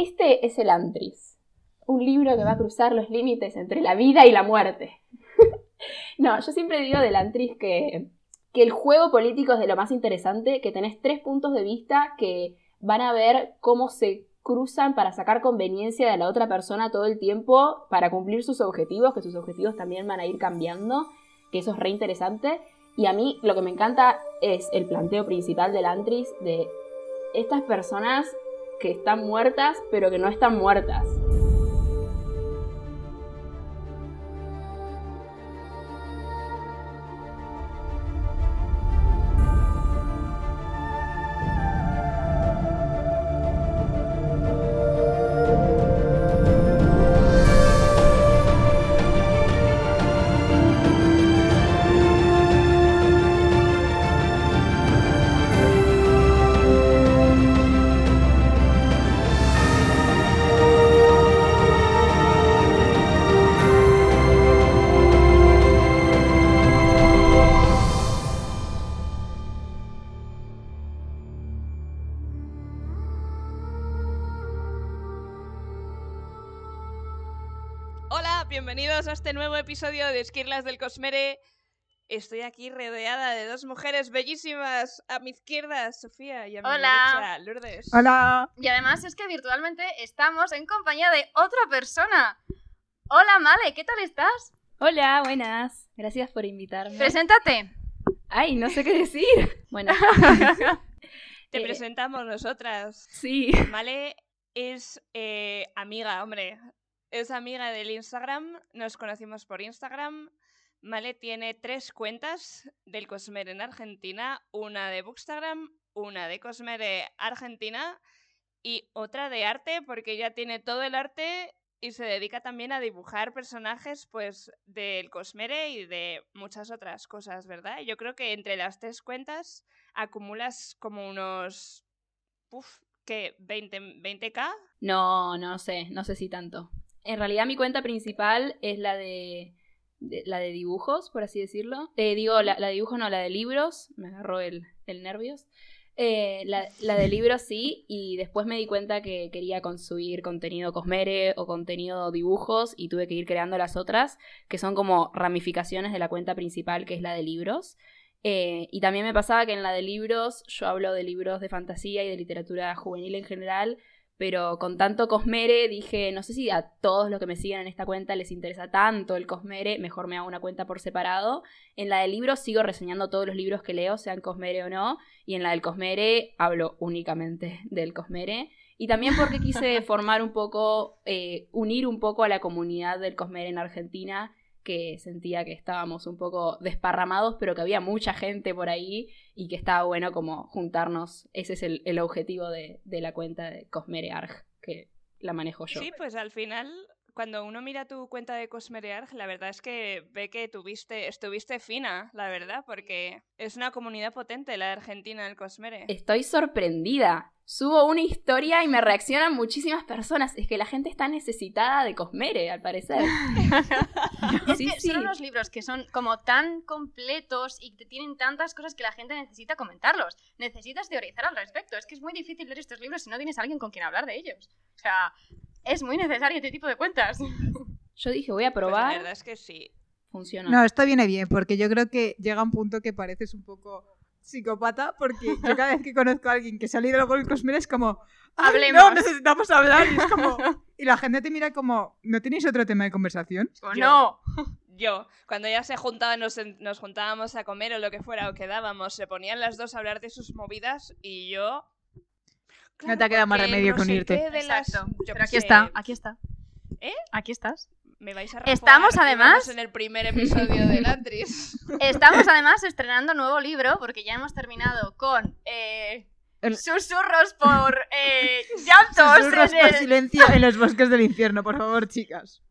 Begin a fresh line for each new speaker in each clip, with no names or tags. Este es el Antris, un libro que va a cruzar los límites entre la vida y la muerte. no, yo siempre digo del Antris que, que el juego político es de lo más interesante, que tenés tres puntos de vista que van a ver cómo se cruzan para sacar conveniencia de la otra persona todo el tiempo para cumplir sus objetivos, que sus objetivos también van a ir cambiando, que eso es re interesante. Y a mí lo que me encanta es el planteo principal del Antris de estas personas que están muertas pero que no están muertas.
Hola, bienvenidos a este nuevo episodio de Esquirlas del Cosmere. Estoy aquí rodeada de dos mujeres bellísimas. A mi izquierda, Sofía, y a mi
Hola.
derecha, Lourdes.
Hola.
Y además es que virtualmente estamos en compañía de otra persona. Hola, Male, ¿qué tal estás?
Hola, buenas. Gracias por invitarme.
Preséntate.
Ay, no sé qué decir. Bueno,
Te
Eh.
presentamos nosotras.
sí.
Vale, es eh, amiga, hombre. Es amiga del Instagram. Nos conocimos por Instagram. Vale, tiene tres cuentas del Cosmere en Argentina: una de Bookstagram, una de Cosmere Argentina y otra de arte, porque ella tiene todo el arte y se dedica también a dibujar personajes pues del Cosmere y de muchas otras cosas, ¿verdad? Yo creo que entre las tres cuentas acumulas como unos Uf, que 20, 20k.
No, no sé, no sé si tanto. En realidad mi cuenta principal es la de, de- la de dibujos, por así decirlo. Eh, digo, la, la de dibujos no, la de libros. Me agarró el, el nervios. Eh, la, la de libros sí, y después me di cuenta que quería consumir contenido cosmere o contenido dibujos y tuve que ir creando las otras, que son como ramificaciones de la cuenta principal, que es la de libros. Eh, y también me pasaba que en la de libros, yo hablo de libros de fantasía y de literatura juvenil en general, pero con tanto Cosmere dije, no sé si a todos los que me siguen en esta cuenta les interesa tanto el Cosmere, mejor me hago una cuenta por separado. En la de libros sigo reseñando todos los libros que leo, sean Cosmere o no, y en la del Cosmere hablo únicamente del Cosmere. Y también porque quise formar un poco, eh, unir un poco a la comunidad del Cosmere en Argentina, que sentía que estábamos un poco desparramados, pero que había mucha gente por ahí y que estaba bueno como juntarnos. Ese es el, el objetivo de, de la cuenta de Cosmere Arg, que la manejo yo.
Sí, pues al final, cuando uno mira tu cuenta de Cosmerearg, la verdad es que ve que tuviste, estuviste fina, la verdad, porque es una comunidad potente la de Argentina el Cosmere. Pues
Estoy sorprendida. Subo una historia y me reaccionan muchísimas personas. Es que la gente está necesitada de Cosmere, al parecer.
Es
Sí,
que
sí.
son unos libros que son como tan completos y que tienen tantas cosas que la gente necesita comentarlos. Necesitas teorizar al respecto. Es que es muy difícil leer estos libros si no tienes a alguien con quien hablar de ellos. O sea, es muy necesario este tipo de cuentas.
Yo dije, voy a
Pues la
probar.
verdad es que sí.
Funciona.
No, esto viene bien, porque yo creo que llega un punto que pareces un poco psicópata, porque yo cada vez que conozco a alguien que se ha leído algo del Cosmere es como, "Ay,
Hablemos".
No, necesitamos hablar. Y, es como, y la gente te mira como, ¿no tenéis otro tema de conversación?
Como,
Yo.
no.
Yo, cuando ya se juntaban, nos, en- nos juntábamos a comer o lo que fuera, o quedábamos, se ponían las dos a hablar de sus movidas y yo...
No te ha quedado más
porque
remedio
no
que
sé
unirte.
qué de las-
Exacto.
yo
Pero
qué
aquí
sé,
está, aquí está.
¿Eh?
Aquí estás.
Me vais a rajuñar
Estamos,
que
además-
vamos en el primer episodio de Latris.
Estamos además estrenando nuevo libro porque ya hemos terminado con eh,
El-
susurros por eh, llantos
Susurros
en,
por
el-
silencio en los bosques del infierno, por favor, chicas.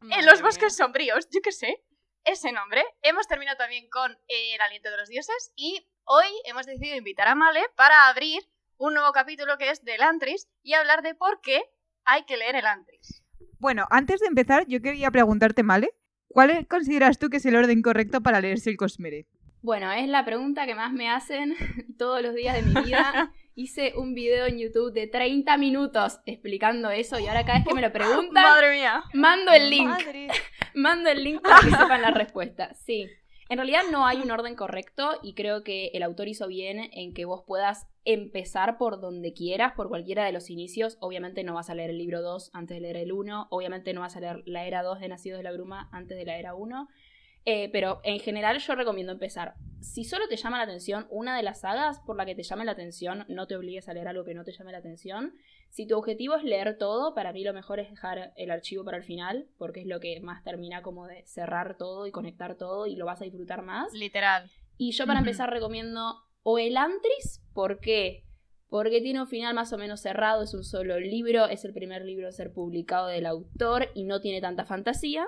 en los bosques sombríos, yo qué sé, ese nombre. Hemos terminado también con eh, el aliento de los dioses y hoy hemos decidido invitar a Male para abrir un nuevo capítulo que es del Antris y hablar de por qué hay que leer el Antris.
Bueno, antes de empezar, yo quería preguntarte, Male, ¿cuál consideras tú que es el orden correcto para leerse el Cosmere?
Bueno, es la pregunta que más me hacen todos los días de mi vida hice un video en YouTube de 30 minutos explicando eso y ahora cada vez que me lo preguntan,
Madre mía.
mando el link.
Madre.
Mando el link para que sepan la respuesta. Sí. En realidad no hay un orden correcto y creo que el autor hizo bien en que vos puedas empezar por donde quieras, por cualquiera de los inicios. Obviamente no vas a leer el libro 2 antes de leer el 1, obviamente no vas a leer la era 2 de Nacidos de la Bruma antes de la era 1, Eh, pero en general yo recomiendo empezar. Si solo te llama la atención una de las sagas por la que te llame la atención, no te obligues a leer algo que no te llame la atención. Si tu objetivo es leer todo, para mí lo mejor es dejar el archivo para el final, porque es lo que más termina como de cerrar todo y conectar todo y lo vas a disfrutar más.
Literal.
Y yo para
Ujú.
empezar recomiendo o el Antris, ¿por qué? Porque tiene un final más o menos cerrado, es un solo libro, es el primer libro a ser publicado del autor y no tiene tanta fantasía.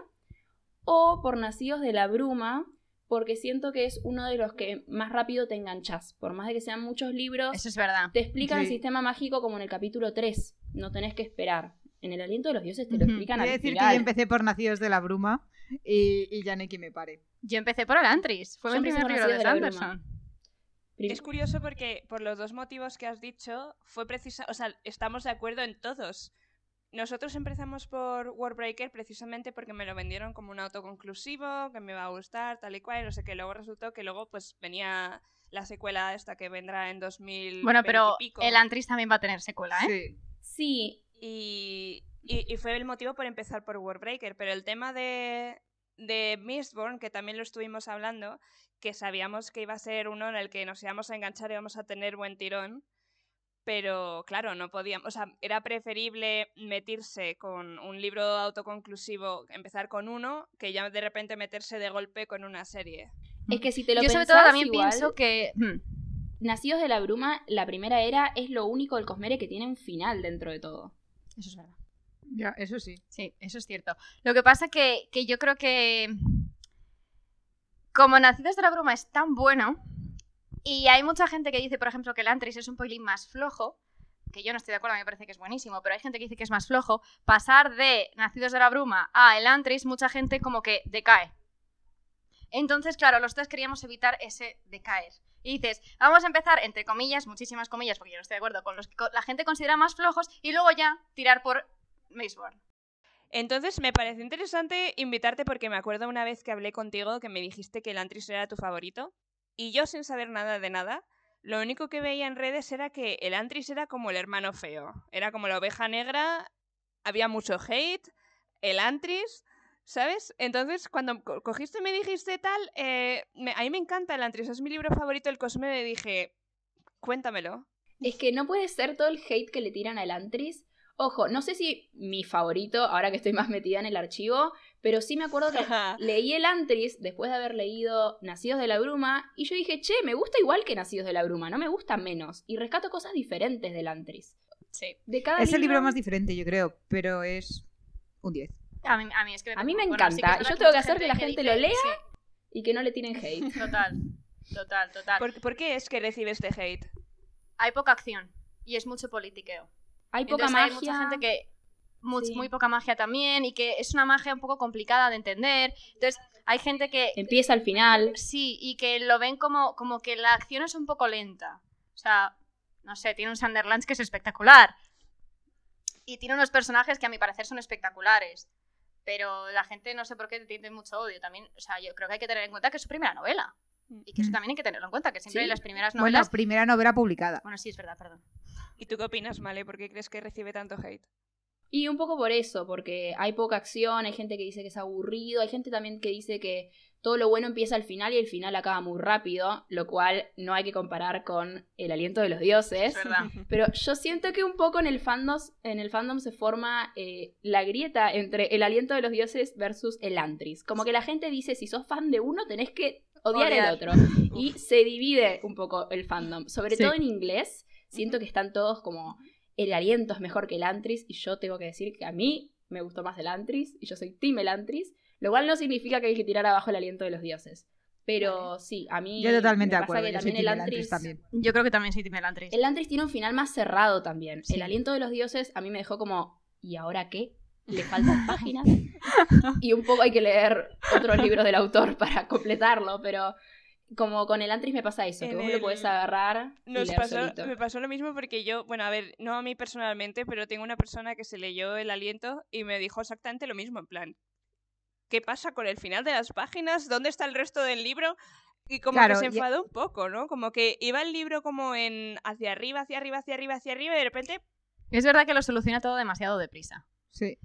O por Nacidos de la Bruma, porque siento que es uno de los que más rápido te enganchas. Por más de que sean muchos libros,
Eso es verdad.
te explican el
Sí.
sistema mágico como en el capítulo 3. No tenés que esperar. En el aliento de los dioses te lo
Ujú.
explican
Voy
al
a decir que
¿eh?
final.
yo empecé por Nacidos de la Bruma y, y Yaneki me pare.
Yo empecé por Elantris.
Yo
Fue mi
empecé
primer
por
libro de
Nacidos de la Bruma.
Sanderson.
Prim-
Es curioso porque por los dos motivos que has dicho, fue precisa, o sea, estamos de acuerdo en todos. Nosotros empezamos por Warbreaker precisamente porque me lo vendieron como un autoconclusivo, que me va a gustar, tal y cual, no sé qué. Luego resultó que luego pues venía la secuela esta que vendrá en 2000
Bueno, pero
y pico.
Elantris también va a tener secuela, ¿eh?
Sí.
Sí,
Y, y- y fue el motivo por empezar por Warbreaker, pero el tema de, de Mistborn, que también lo estuvimos hablando, que sabíamos que iba a ser uno en el que nos íbamos a enganchar y íbamos a tener buen tirón, pero claro, no podíamos, o sea, era preferible meterse con un libro autoconclusivo, empezar con uno, que ya de repente meterse de golpe con una serie.
es que si te lo
Yo sobre
pensás,
todo también
igual,
pienso que... hmm,
Nacidos de la Bruma, la primera era, es lo único del Cosmere que tiene un final dentro de todo.
Eso es verdad.
Ya, eso sí.
Sí, eso es cierto. Lo que pasa que, que yo creo que... Como Nacidos de la Bruma es tan bueno, y hay mucha gente que dice, por ejemplo, que Elantris es un poilín más flojo, que yo no estoy de acuerdo, a mí me parece que es buenísimo, pero hay gente que dice que es más flojo, pasar de Nacidos de la Bruma a Elantris, mucha gente como que decae. Entonces, claro, los tres queríamos evitar ese decaer. Y dices, vamos a empezar, entre comillas, muchísimas comillas, porque yo no estoy de acuerdo, con los que co- la gente considera más flojos, y luego ya tirar por Maceborn.
Entonces me pareció interesante invitarte porque me acuerdo una vez que hablé contigo que me dijiste que el Antris era tu favorito y yo sin saber nada de nada, lo único que veía en redes era que el Antris era como el hermano feo, era como la oveja negra, había mucho hate, el Antris, ¿sabes? Entonces cuando co- cogiste y me dijiste tal, eh, me- a mí me encanta el Antris, es mi libro favorito el Cosme y dije, cuéntamelo.
Es que no puede ser todo el hate que le tiran a Elantris. Ojo, no sé si mi favorito, ahora que estoy más metida en el archivo, pero sí me acuerdo que leí Elantris después de haber leído Nacidos de la Bruma y yo dije, che, me gusta igual que Nacidos de la Bruma, no me gusta menos. Y rescato cosas diferentes de Elantris.
Sí.
De cada
Es el libro más diferente, yo creo, pero es un 10.
A mí, a mí es que
A mí me
Bueno, sí que es
encanta.
verdad
Yo tengo que
mucha
hacer que la gente lo
dice-
lea. y que no le tienen hate.
Sí, total, total, total.
¿Por, por qué es que recibes este hate?
Hay poca acción y es mucho politiqueo.
Hay poca
Entonces,
magia.
Hay mucha gente que. much-
Sí.
Muy poca magia también y que es una magia un poco complicada de entender. Entonces, hay gente que.
Empieza al final.
Sí, y que lo ven como, como que la acción es un poco lenta. O sea, no sé, tiene un Sunderlands que es espectacular. Y tiene unos personajes que a mi parecer son espectaculares. Pero la gente no sé por qué tiene mucho odio también. O sea, yo creo que hay que tener en cuenta que es su primera novela. Y que eso
Mm.
también hay que tenerlo en cuenta, que siempre
Sí.
las primeras
Bueno,
novelas... Bueno,
primera novela publicada.
sí, es verdad, perdón.
¿Y tú qué opinas, Male? ¿Por qué crees que recibe tanto hate?
Y un poco por eso, porque hay poca acción, hay gente que dice que es aburrido, hay gente también que dice que todo lo bueno empieza al final y el final acaba muy rápido, lo cual no hay que comparar con El aliento de los dioses.
Es verdad.
Pero yo siento que un poco en el fandom, en el fandom se forma eh, la grieta entre el aliento de los dioses versus el antris. Como que la gente dice, si sos fan de uno, tenés que odiar,
Odiar.
el otro. Y se divide un poco el fandom. Sobre
Sí.
todo en inglés, siento que están todos como, el aliento es mejor que el antris. Y yo tengo que decir que a mí me gustó más el antris y yo soy team el antris. Lo cual no significa que hay que tirar abajo el aliento de los dioses. Pero sí, a mí.
Yo
me
totalmente de
pasa
acuerdo.
que
Yo soy
también
Tim
el
Elantris
antris
también.
Yo creo que también soy Tim Elantris.
el Antris tiene un final más cerrado también.
Sí.
El aliento de los dioses a mí me dejó como, ¿y ahora qué? Le faltan páginas. y un poco hay que leer otros libros del autor para completarlo, pero como con el Antris me pasa eso, que
En
vos lo
el-
podés agarrar y
Nos
leer
pasó,
solito.
me pasó lo mismo porque yo, bueno, a ver, no a mí personalmente, pero tengo una persona que se leyó el aliento y me dijo exactamente lo mismo, en plan, ¿qué pasa con el final de las páginas? ¿Dónde está el resto del libro? Y como
Claro,
que se
y- e
enfadó un poco, ¿no? Como que iba el libro como en hacia arriba, hacia arriba, hacia arriba, hacia arriba y de repente
Es verdad que lo soluciona todo demasiado deprisa.
Sí.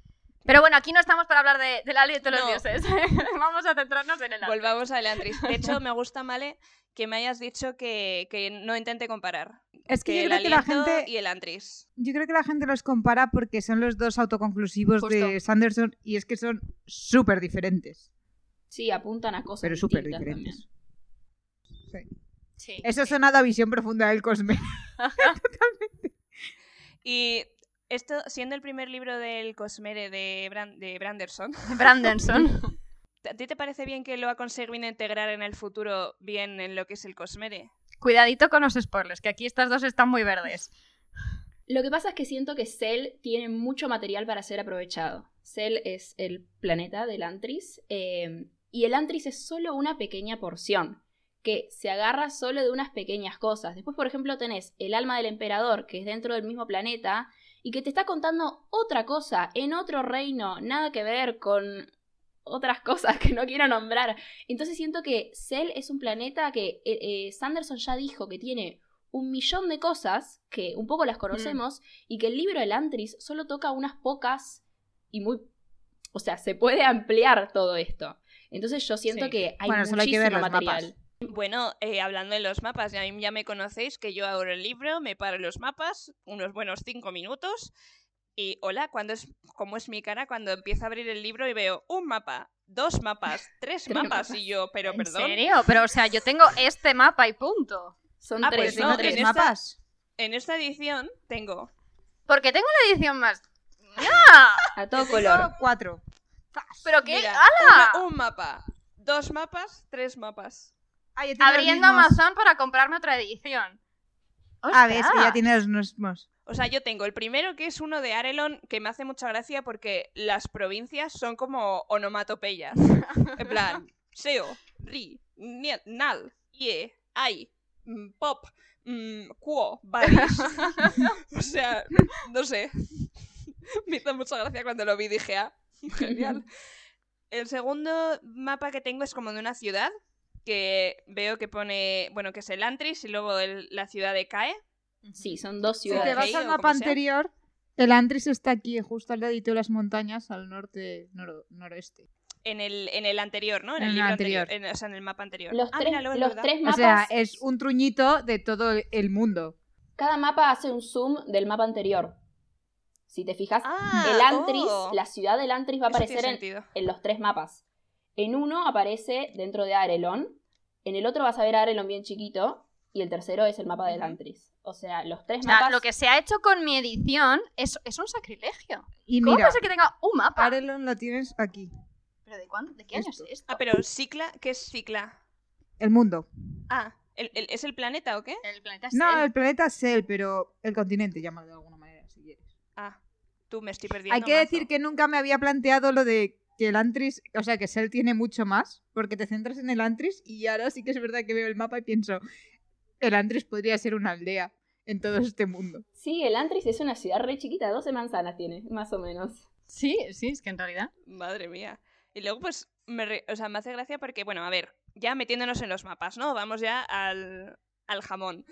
Pero bueno, aquí no estamos para hablar de, de la ley de los
No.
dioses. Vamos a centrarnos en el arte.
volvamos a Elantris. De hecho, me gusta, Male, que me hayas dicho que, que no intente comparar.
Es que,
Que
yo
el
creo que la
aliento
gente.
y el Antris.
Yo creo que la gente los compara porque son los dos autoconclusivos de
Justo.
Sanderson y es que son súper diferentes.
Sí, apuntan a cosas
Pero súper
distintas
diferentes.
también.
Sí.
Eso ha sonado a visión profunda del Cosme.
Y esto, siendo el primer libro del Cosmere de, Bran- de Branderson,
Brandenson.
¿a ti te parece bien que lo ha conseguido integrar en el futuro bien en lo que es el Cosmere?
Cuidadito con los spoilers, que aquí estas dos están muy verdes.
Lo que pasa es que siento que Cell tiene mucho material para ser aprovechado. Cell es el planeta del Antris eh, y el Antris es solo una pequeña porción que se agarra solo de unas pequeñas cosas. Después, por ejemplo, tenés el alma del emperador que es dentro del mismo planeta y que te está contando otra cosa en otro reino, nada que ver con otras cosas que no quiero nombrar. Entonces siento que Cell es un planeta que eh, eh, Sanderson ya dijo que tiene un millón de cosas que un poco las conocemos y que el libro El Antris solo toca unas pocas y muy... O sea, se puede ampliar todo esto. Entonces yo siento
Sí.
que hay
Bueno,
muchísimo
solo hay que ver los
material.
mapas.
Bueno, eh, hablando de los mapas, ya, ya me conocéis que yo abro el libro, me paro en los mapas, unos buenos cinco minutos, y hola, cuando es, ¿cómo es mi cara cuando empiezo a abrir el libro y veo un mapa, dos mapas, tres
Tres
mapas,
mapas.
y yo, pero
¿En
perdón,
serio? Pero o sea, yo tengo este mapa y punto.
Son
Ah,
tres,
pues
son
no,
tres.
en esta-
mapas.
en esta edición tengo
Porque tengo la edición más. ¡Ya!
A todo color.
Solo cuatro.
¿Pero qué?
Mira,
¡Hala!
una- un mapa, dos mapas, tres mapas.
Ah, ya tiene los
Abriendo
mismos.
Amazon para comprarme otra edición.
Ah, ves, que
Ostras.
ya tiene los mismos.
O sea, yo tengo el primero que es uno de Arelon que me hace mucha gracia porque las provincias son como onomatopeyas. En plan, Seo, Ri, Nie- Nal, Ie, Ai, mm, Pop, mm, Quo, Baris. o sea, no sé. me hizo mucha gracia cuando lo vi, dije, ah, genial. El segundo mapa que tengo es como de una ciudad que veo que pone, bueno, que es el Antris y luego el- la ciudad de Cae.
Sí, son dos
Si te
ciudades.
vas
vas al
al
o mapa
mapa
como sea.
anterior, el Antris está aquí, eh, justo al ladito de las montañas, al norte, noroeste.
En el, en el anterior, ¿no? En
En
el
el
libro
anterior.
anterior. en- o sea, en el mapa anterior.
Los,
Ah,
tres,
mira, luego es
los
verdad.
tres
O
mapas,
sea, es un truñito de todo el mundo.
cada mapa hace un zoom del mapa anterior. Si te fijas,
Ah,
el Antris,
oh.
la ciudad del Antris va a
Eso tiene
aparecer en,
sentido.
en los tres mapas. En uno aparece dentro de Arelon, en el otro vas a ver a Arelon bien chiquito, y el tercero es el mapa del
Ujú. Ah,
Antris. O sea, los tres
O sea,
mapas.
lo que se ha hecho con mi edición es, es un sacrilegio.
Y
¿Cómo
mira,
puede ser que tenga un mapa?
Arelon lo tienes aquí.
¿Pero de cuándo? ¿De qué año
Esto.
es esto?
Ah, pero Cicla, ¿qué es Cicla?
El mundo.
Ah, ¿el- el- ¿es el planeta o qué?
El planeta
No, eh,
Cell.
el planeta es él, pero el continente, llámalo de alguna manera, si quieres.
Ah, tú me estoy perdiendo.
Hay que decir que nunca me había planteado lo de que el Antris, o sea, que Cell tiene mucho más, porque te centras en el Antris y ahora sí que es verdad que veo el mapa y pienso, el Antris podría ser una aldea en todo este mundo.
Sí, el Antris es una ciudad re chiquita, 12 manzanas tiene, más o menos.
Sí, sí, es que en realidad.
Madre mía. Y luego, pues, me, re- o sea, me hace gracia porque, bueno, a ver, ya metiéndonos en los mapas, ¿no? Vamos ya al, al jamón.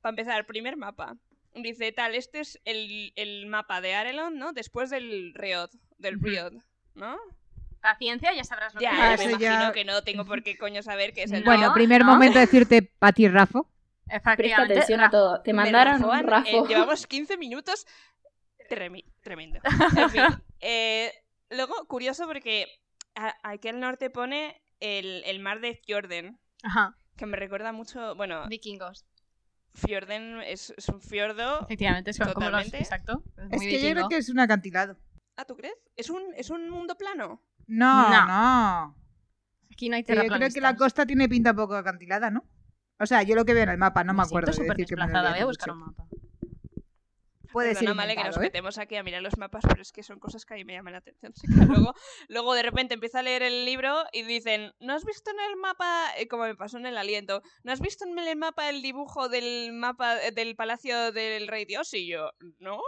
para empezar, primer mapa. Dice, tal, este es el, el mapa de Arelon, ¿no? Después del Riot, del
Ujú.
Riot, ¿no?
Paciencia, ya sabrás lo
Ya,
que
Ah,
ya
es.
me
eso
imagino
ya-
que no tengo por qué coño saber qué es el
bueno,
Riot.
primer
¿no?
momento decirte Pati Rafo.
Presta
Efectivamente.
atención a todo. Te
Me
mandaron
rajoan,
un
eh,
rafo.
llevamos 15 minutos. Tremi- tremendo. En fin, eh, luego, curioso porque a- aquí al norte pone el, el mar de Fjorden,
Ajá,
que me recuerda mucho. Bueno,
vikingos.
Fjorden es, es un fiordo.
Efectivamente, son como los...
Totalmente.
Exacto. Es
Es
muy
que yo creo
vikingo.
que es un acantilado.
Ah, ¿tú crees? ¿Es un, es un mundo plano?
No,
No.
no.
Aquí no hay
Que Yo creo que la
terraplanistas.
costa tiene pinta poco acantilada, ¿no? O sea, yo lo que veo en el mapa, no me, acuerdo.
siento
de
súper
decir que me lo
desplazada, voy a
habían
buscar
dicho.
un mapa.
puede ser
Perdona, Male, que nos
inventado, ¿eh?
metemos aquí a mirar los mapas, pero es que son cosas que a mí me llaman la atención. Sé que luego, luego de repente empieza a leer el libro y dicen, ¿no has visto en el mapa, eh, como me pasó en el aliento, ¿no has visto en el mapa el dibujo del mapa eh, del palacio del rey Dios? Y yo, no.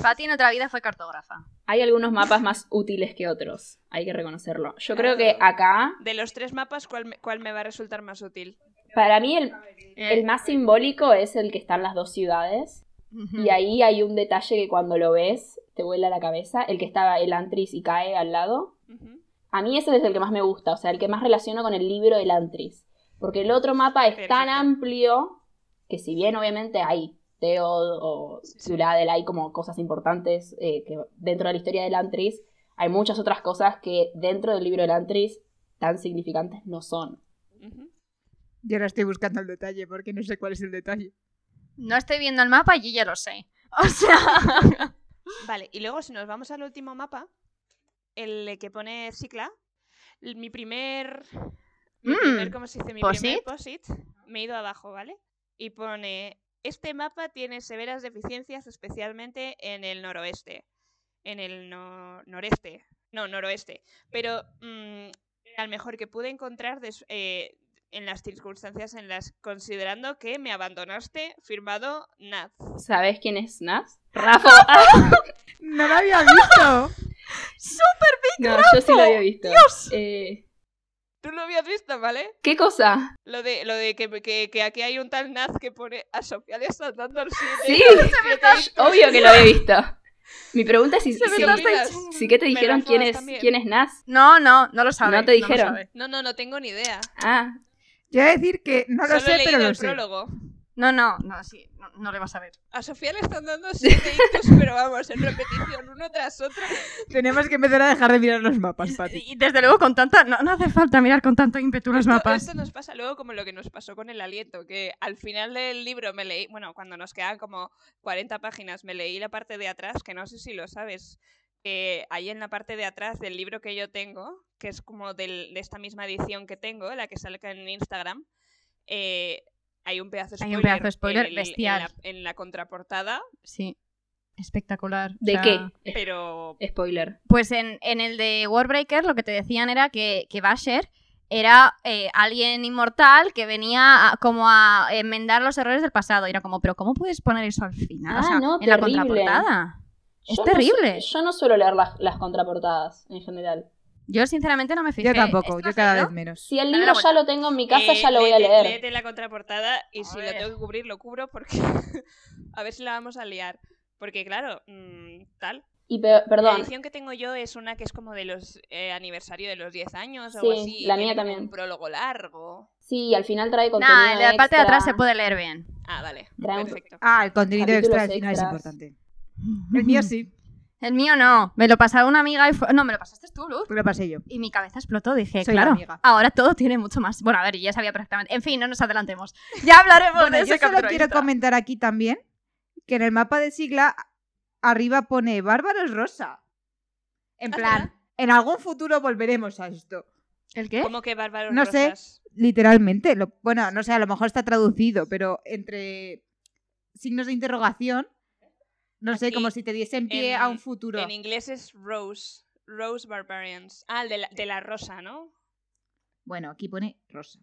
Patty en otra vida fue cartógrafa.
Hay algunos mapas más útiles que otros, hay que reconocerlo. Yo creo que acá,
De los tres mapas, ¿cuál me, cuál me va a resultar más útil?
para mí el,
Eh,
el más simbólico es el que están las dos ciudades. Y ahí hay un detalle que cuando lo ves te vuela la cabeza, el que estaba el Antris y cae al lado.
Ujú.
A mí ese es el que más me gusta, o sea, el que más relaciono con el libro del Antris. Porque el otro mapa es tan
Perfecto.
amplio que si bien obviamente hay Teod o Zuladel, hay como cosas importantes eh, que dentro de la historia del Antris, hay muchas otras cosas que dentro del libro del Antris tan significantes no son.
Ujú.
¿eh? Yo ahora estoy buscando el detalle porque no sé cuál es el detalle.
No estoy viendo el mapa y yo ya lo sé. O sea,
Vale, y luego si nos vamos al último mapa, el que pone Cicla, el- mi primer... Mi
Mm,
primer, ¿cómo se dice? Mi primer
¿posit?
posit, me he ido abajo, ¿vale? Y pone, este mapa tiene severas deficiencias especialmente en el noroeste, en el no- noreste, no, noroeste, pero mm, al mejor que pude encontrar des- eh, en las circunstancias en las, considerando que me abandonaste, firmado Naz.
¿Sabes quién es Nas? Rafa. Ah,
¡No lo había visto!
no, yo sí lo había visto. Eh,
Tú lo habías visto, ¿vale?
¿Qué cosa?
Lo de, lo de que, que- que aquí hay un tal Naz que pone a Sofía le estás dando el siete.
Sí, obvio que lo había visto. Mi pregunta es si,
Se me
si-
está olvidando.
si que te dijeron
las
quién
jodas
es,
también.
quién es Nas.
no, no, no lo sabe.
No te
lo
dijeron.
sabe.
No, no, no tengo ni idea.
Ah,
Yo voy a decir que no lo
Solo he
sé,
leído
pero lo
el
sé.
prólogo.
No, no, no, sí, no, no le vas a ver.
A Sofía le están dando siete ictus, pero vamos, en repetición, uno tras otro.
Tenemos que empezar a dejar de mirar los mapas, Pati.
Y desde luego con tanta... No, no hace falta mirar con tanto ímpetu los
Esto,
mapas.
esto nos pasa luego como lo que nos pasó con el aliento, que al final del libro me leí, bueno, cuando nos quedaban como 40 páginas, me leí la parte de atrás, que no sé si lo sabes, que ahí en la parte de atrás del libro que yo tengo, que es como del- de esta misma edición que tengo, la que sale en Instagram, eh, hay un pedazo
Hay un
spoiler
pedazo spoiler
en el-
bestial.
En la, en la contraportada,
Sí, espectacular. o
¿de
sea-
qué?
pero...
Es- Spoiler.
Pues en, en el de Warbreaker lo que te decían era que, que Basher era eh, alguien inmortal que venía a- como a enmendar los errores del pasado. Y era como, pero ¿cómo puedes poner eso al final? O
Ah,
sea,
no,
en la
terrible.
contraportada. Es
Yo no
terrible.
su- yo no suelo leer las, las contraportadas en general.
Yo sinceramente no me fijé.
Yo tampoco,
¿Esto
yo
has
cada
leído?
vez menos.
Si el
Dale la
libro ya
vuelta.
lo tengo en mi casa,
Eh,
ya lo voy a
léete-
leer.
léete la contraportada y
A
si
ver.
lo tengo que cubrir, lo cubro porque a ver si la vamos a liar. Porque claro, mm, tal.
Y pe-
La
perdón,
edición que tengo yo es una que es como de los eh, aniversario de los 10 años o
Sí,
algo así. y
la
tiene
mía
como
también.
Un prólogo largo.
sí, al final trae contenido
Nah, en la parte
extra.
de atrás se puede leer bien.
Ah, vale.
Trae un-
Perfecto.
Ah, el contenido
Capítulos
extra al final es
extras.
importante. El mío sí,
El mío no. Me lo pasaba una amiga y fue... No, me lo pasaste tú, Luz.
porque lo pasé yo.
Y mi cabeza explotó, dije,
Soy la
claro,
amiga.
ahora todo tiene mucho más. Bueno, a ver, ya sabía perfectamente. En fin, no nos adelantemos. Ya hablaremos
Bueno,
de
yo
ese
solo
capítulo
quiero
extra.
comentar aquí también que en el mapa de sigla arriba pone Bárbaro es rosa. En
Ah,
plan,
¿verdad?
en algún futuro volveremos a esto.
¿El qué?
¿Cómo que bárbaros
¿Eh? No sé.
Rosas?
Literalmente. lo- bueno, no sé, a lo mejor está traducido, pero entre signos de interrogación, no sé,
Aquí,
como si te diesen pie a un futuro.
En inglés es Rose. Rose Barbarians. Ah, el de la, de la rosa, ¿no?
Bueno, aquí pone rosa.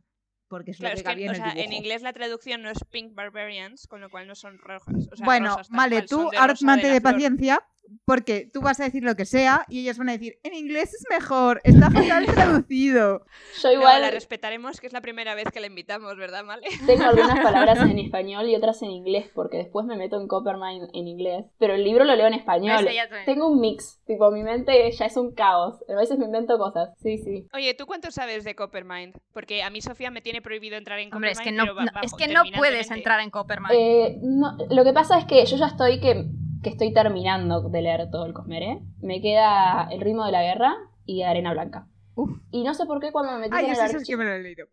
Porque es
Claro,
lo que
es que
cabía
o
en el
sea,
dibujo.
en inglés la traducción no es Pink Barbarians, con lo cual no son rojas. o sea,
bueno,
rosas tal
vale,
cual, son
tú
de
ahora
rosa
mante
la
de
flor.
paciencia, porque tú vas a decir lo que sea y ellos van a decir, en inglés es mejor, está fatal traducido.
Yo
No,
igual
la respetaremos, que es la primera vez que la invitamos, ¿verdad, Male?
tengo algunas palabras en español y otras en inglés, porque después me meto en Coppermine en inglés. Pero el libro lo leo en español.
Ese ya te-
Tengo un mix, tipo, mi mente ya es un caos. A veces me invento cosas. Sí, sí.
Oye, ¿tú cuánto sabes de Coppermind? Porque a mí Sofía me tiene prohibido entrar en
Hombre,
Coppermind.
es que no,
pero va-
no-
bajo,
es que no puedes
terminantemente.
entrar en Copperman.
Eh, no, lo que pasa es que yo ya estoy que, que estoy terminando de leer todo el Cosmere. Me queda El ritmo de la guerra y Arena Blanca.
Uf.
Y no sé por qué cuando me metí
Ay,
con el
eso es que
archivo,
me lo he leído.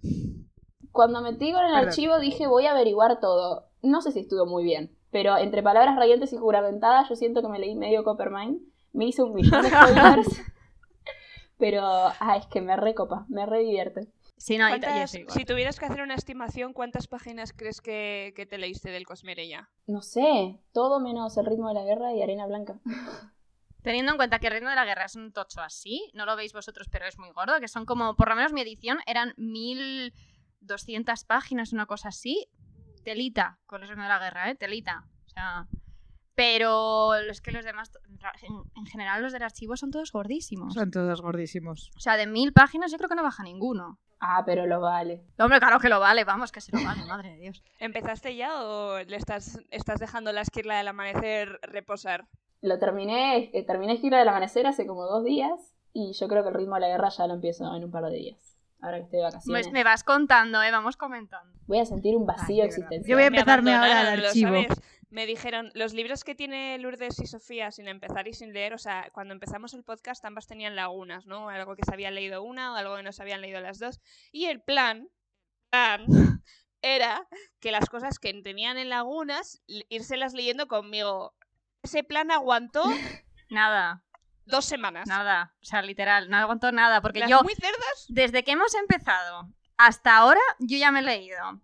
cuando metí con el
Perdón.
archivo dije voy a averiguar todo. No sé si estuvo muy bien, pero entre palabras radiantes y juramentadas yo siento que me leí medio Coppermine. Me hice un millón de spoilers. pero ah, es que me recopa, me re divierte.
Sí, no, yo- yo
¿Cuántas-
soy igual.
si tuvieras que hacer una estimación, ¿cuántas páginas crees que, que te leíste del Cosmere ya?
No sé, todo menos el ritmo de la guerra y arena blanca.
Teniendo en cuenta que el Reino de la Guerra es un tocho así, no lo veis vosotros, pero es muy gordo, que son como, por lo menos mi edición, eran 1200 páginas, una cosa así. Telita, con el Reino de la Guerra, ¿eh? Telita. O sea. Pero es que los demás, en, en general, los del archivo son todos gordísimos.
Son todos gordísimos.
O sea, de mil páginas yo creo que no baja ninguno.
Ah, pero lo vale.
Hombre, claro que lo vale, vamos, que se lo vale, madre de Dios.
¿Empezaste ya o le estás, estás dejando la esquirla del amanecer reposar?
Lo terminé, eh, terminé Gira del Amanecer hace como dos días y yo creo que el ritmo de la guerra ya lo empiezo en un par de días. Ahora que estoy de vacaciones.
Pues me vas contando, ¿eh? Vamos comentando.
Voy a sentir un vacío
Ay, de Ah, verdad.
existencial.
Yo voy a
Me
empezarme ahora
abandonaron,
al
¿lo
archivo.
sabes? Me dijeron, los libros que tiene Lourdes y Sofía sin empezar y sin leer, o sea, cuando empezamos el podcast ambas tenían lagunas, ¿no? Algo que se había leído una o algo que no se habían leído las dos. Y el plan, plan era que las cosas que tenían en lagunas, l- írselas leyendo conmigo. Ese plan aguantó
Nada,
dos semanas.
nada. O sea, literal, no aguanto nada, porque
Las
yo.
muy cerdas.
Desde que hemos empezado hasta ahora, yo ya me he leído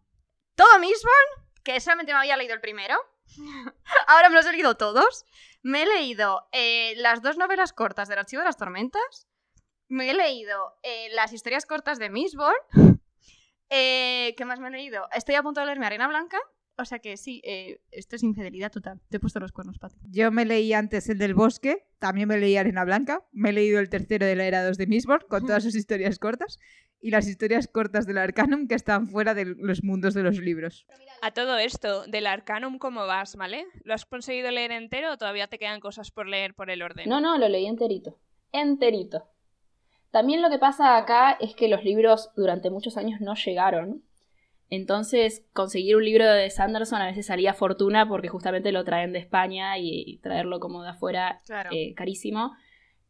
todo Mistborn, que solamente me había leído el primero. ahora me los he leído todos. Me he leído eh, las dos novelas cortas del Archivo de las Tormentas. Me he leído eh, las historias cortas de Mistborn. Eh, ¿Qué más me he leído? Estoy a punto de leerme Arena Blanca. O sea que sí, eh, esto es infidelidad total. Te he puesto los cuernos, Pati.
Yo me leí antes el del bosque, también me leí Arena Blanca, me he leído el tercero de la Era 2 de Mistborn con todas sus historias cortas y las historias cortas del Arcanum que están fuera de los mundos de los libros.
A todo esto, del Arcanum, ¿cómo vas, vale? ¿Lo has conseguido leer entero o todavía te quedan cosas por leer por el orden?
No, no, lo leí enterito. Enterito. También lo que pasa acá es que los libros durante muchos años no llegaron. Entonces, conseguir un libro de Sanderson a veces salía fortuna porque justamente lo traen de España y, y traerlo como de afuera
Claro.
eh, carísimo.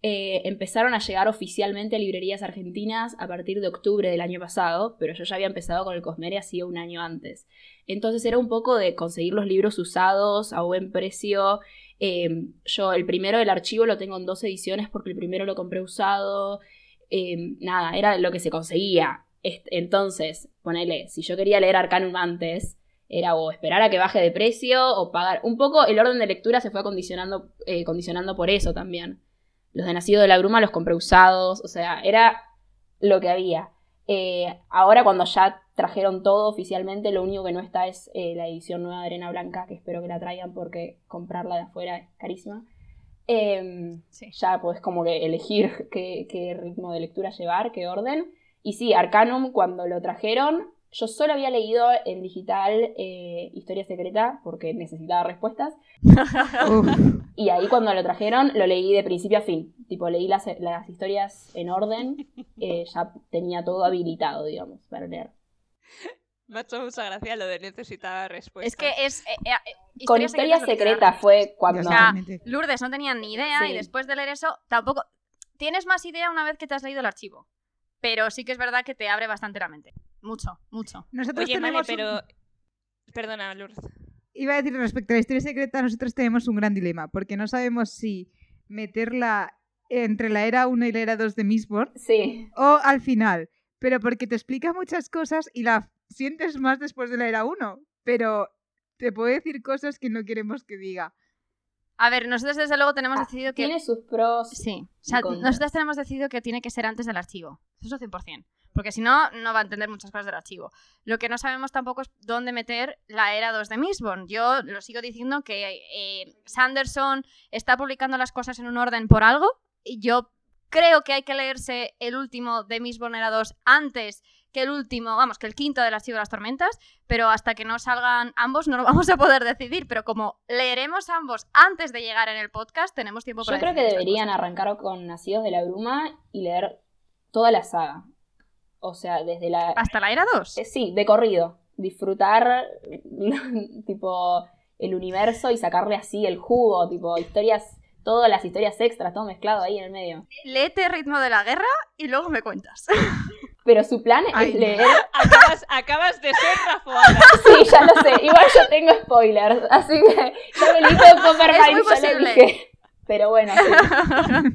Eh, empezaron a llegar oficialmente a librerías argentinas a partir de octubre del año pasado, pero yo ya había empezado con el Cosmere hacía un año antes. Entonces era un poco de conseguir los libros usados a buen precio. Eh, yo el primero del archivo lo tengo en dos ediciones porque el primero lo compré usado. Eh, nada, era lo que se conseguía. Est- Entonces, ponele, si yo quería leer Arcanum antes, era o esperar a que baje de precio o pagar. Un poco el orden de lectura se fue acondicionando, eh, condicionando por eso también. Los de Nacido de la Bruma los compré usados, o sea, era lo que había. Eh, ahora cuando ya trajeron todo oficialmente, lo único que no está es eh, la edición nueva de Arena Blanca, que espero que la traigan porque comprarla de afuera es carísima. Em,
Sí.
Ya podés como que elegir qué, qué ritmo de lectura llevar, qué orden. Y sí, Arcanum, cuando lo trajeron, yo solo había leído en digital eh, Historia Secreta porque necesitaba respuestas.
Uf,
Y ahí cuando lo trajeron, lo leí de principio a fin. Tipo, leí las, las historias en orden. eh, ya tenía todo habilitado, digamos, para leer.
Me ha hecho mucha gracia lo de necesitar respuesta.
Es que es. eh, eh, eh,
Con
historias
Historia
secretas lo que te da
Secreta fue cuando...
ya,
O sea,
totalmente.
Lourdes no tenía ni idea y
Sí.
después de leer eso tampoco... Tienes más idea una vez que te has leído el archivo, pero sí que es verdad que te abre bastante la mente. Mucho, mucho.
Nosotros
Oye, vale,
tenemos un-
pero... Perdona, Lourdes.
Iba a decir respecto a la historia secreta, nosotros tenemos un gran dilema, porque no sabemos si meterla entre la era 1 y la era 2 de Mistborn
Sí,
o al final, pero porque te explica muchas cosas y la sientes más después de la era 1, pero te puede decir cosas que no queremos que diga.
A ver, nosotros desde luego tenemos
Ah,
decidido que...
tiene sus pros.
Sí, o sea,
y contras.
nosotros tenemos decidido que tiene que ser antes del archivo. Eso 100%. Porque si no, no va a entender muchas cosas del archivo. Lo que no sabemos tampoco es dónde meter la era 2 de Mistborn. Yo lo sigo diciendo que eh, Sanderson está publicando las cosas en un orden por algo. Y yo creo que hay que leerse el último de Mistborn era 2 antes que el último, vamos, que el quinto del archivo de las tormentas. Pero hasta que no salgan ambos no lo vamos a poder decidir. Pero como leeremos ambos antes de llegar en el podcast, tenemos tiempo para
Yo creo que
decidir estas
deberían
cosas.
arrancar con Nacidos de la Bruma y leer toda la saga. O sea, desde la...
¿Hasta la era 2?
Eh, Sí, de corrido. Disfrutar tipo el universo y sacarle así el jugo, tipo historias, todas las historias extras, todo mezclado ahí en el medio.
Léete Ritmo de la Guerra y luego me cuentas.
Pero su plan
Ay,
es
no.
leer.
Acabas, acabas de ser rafoada.
Sí, ya lo sé. Igual yo tengo spoilers, así que yo me elijo de
Es
Coppermine,
muy
ya lo
posible.
dije. Pero bueno, sí.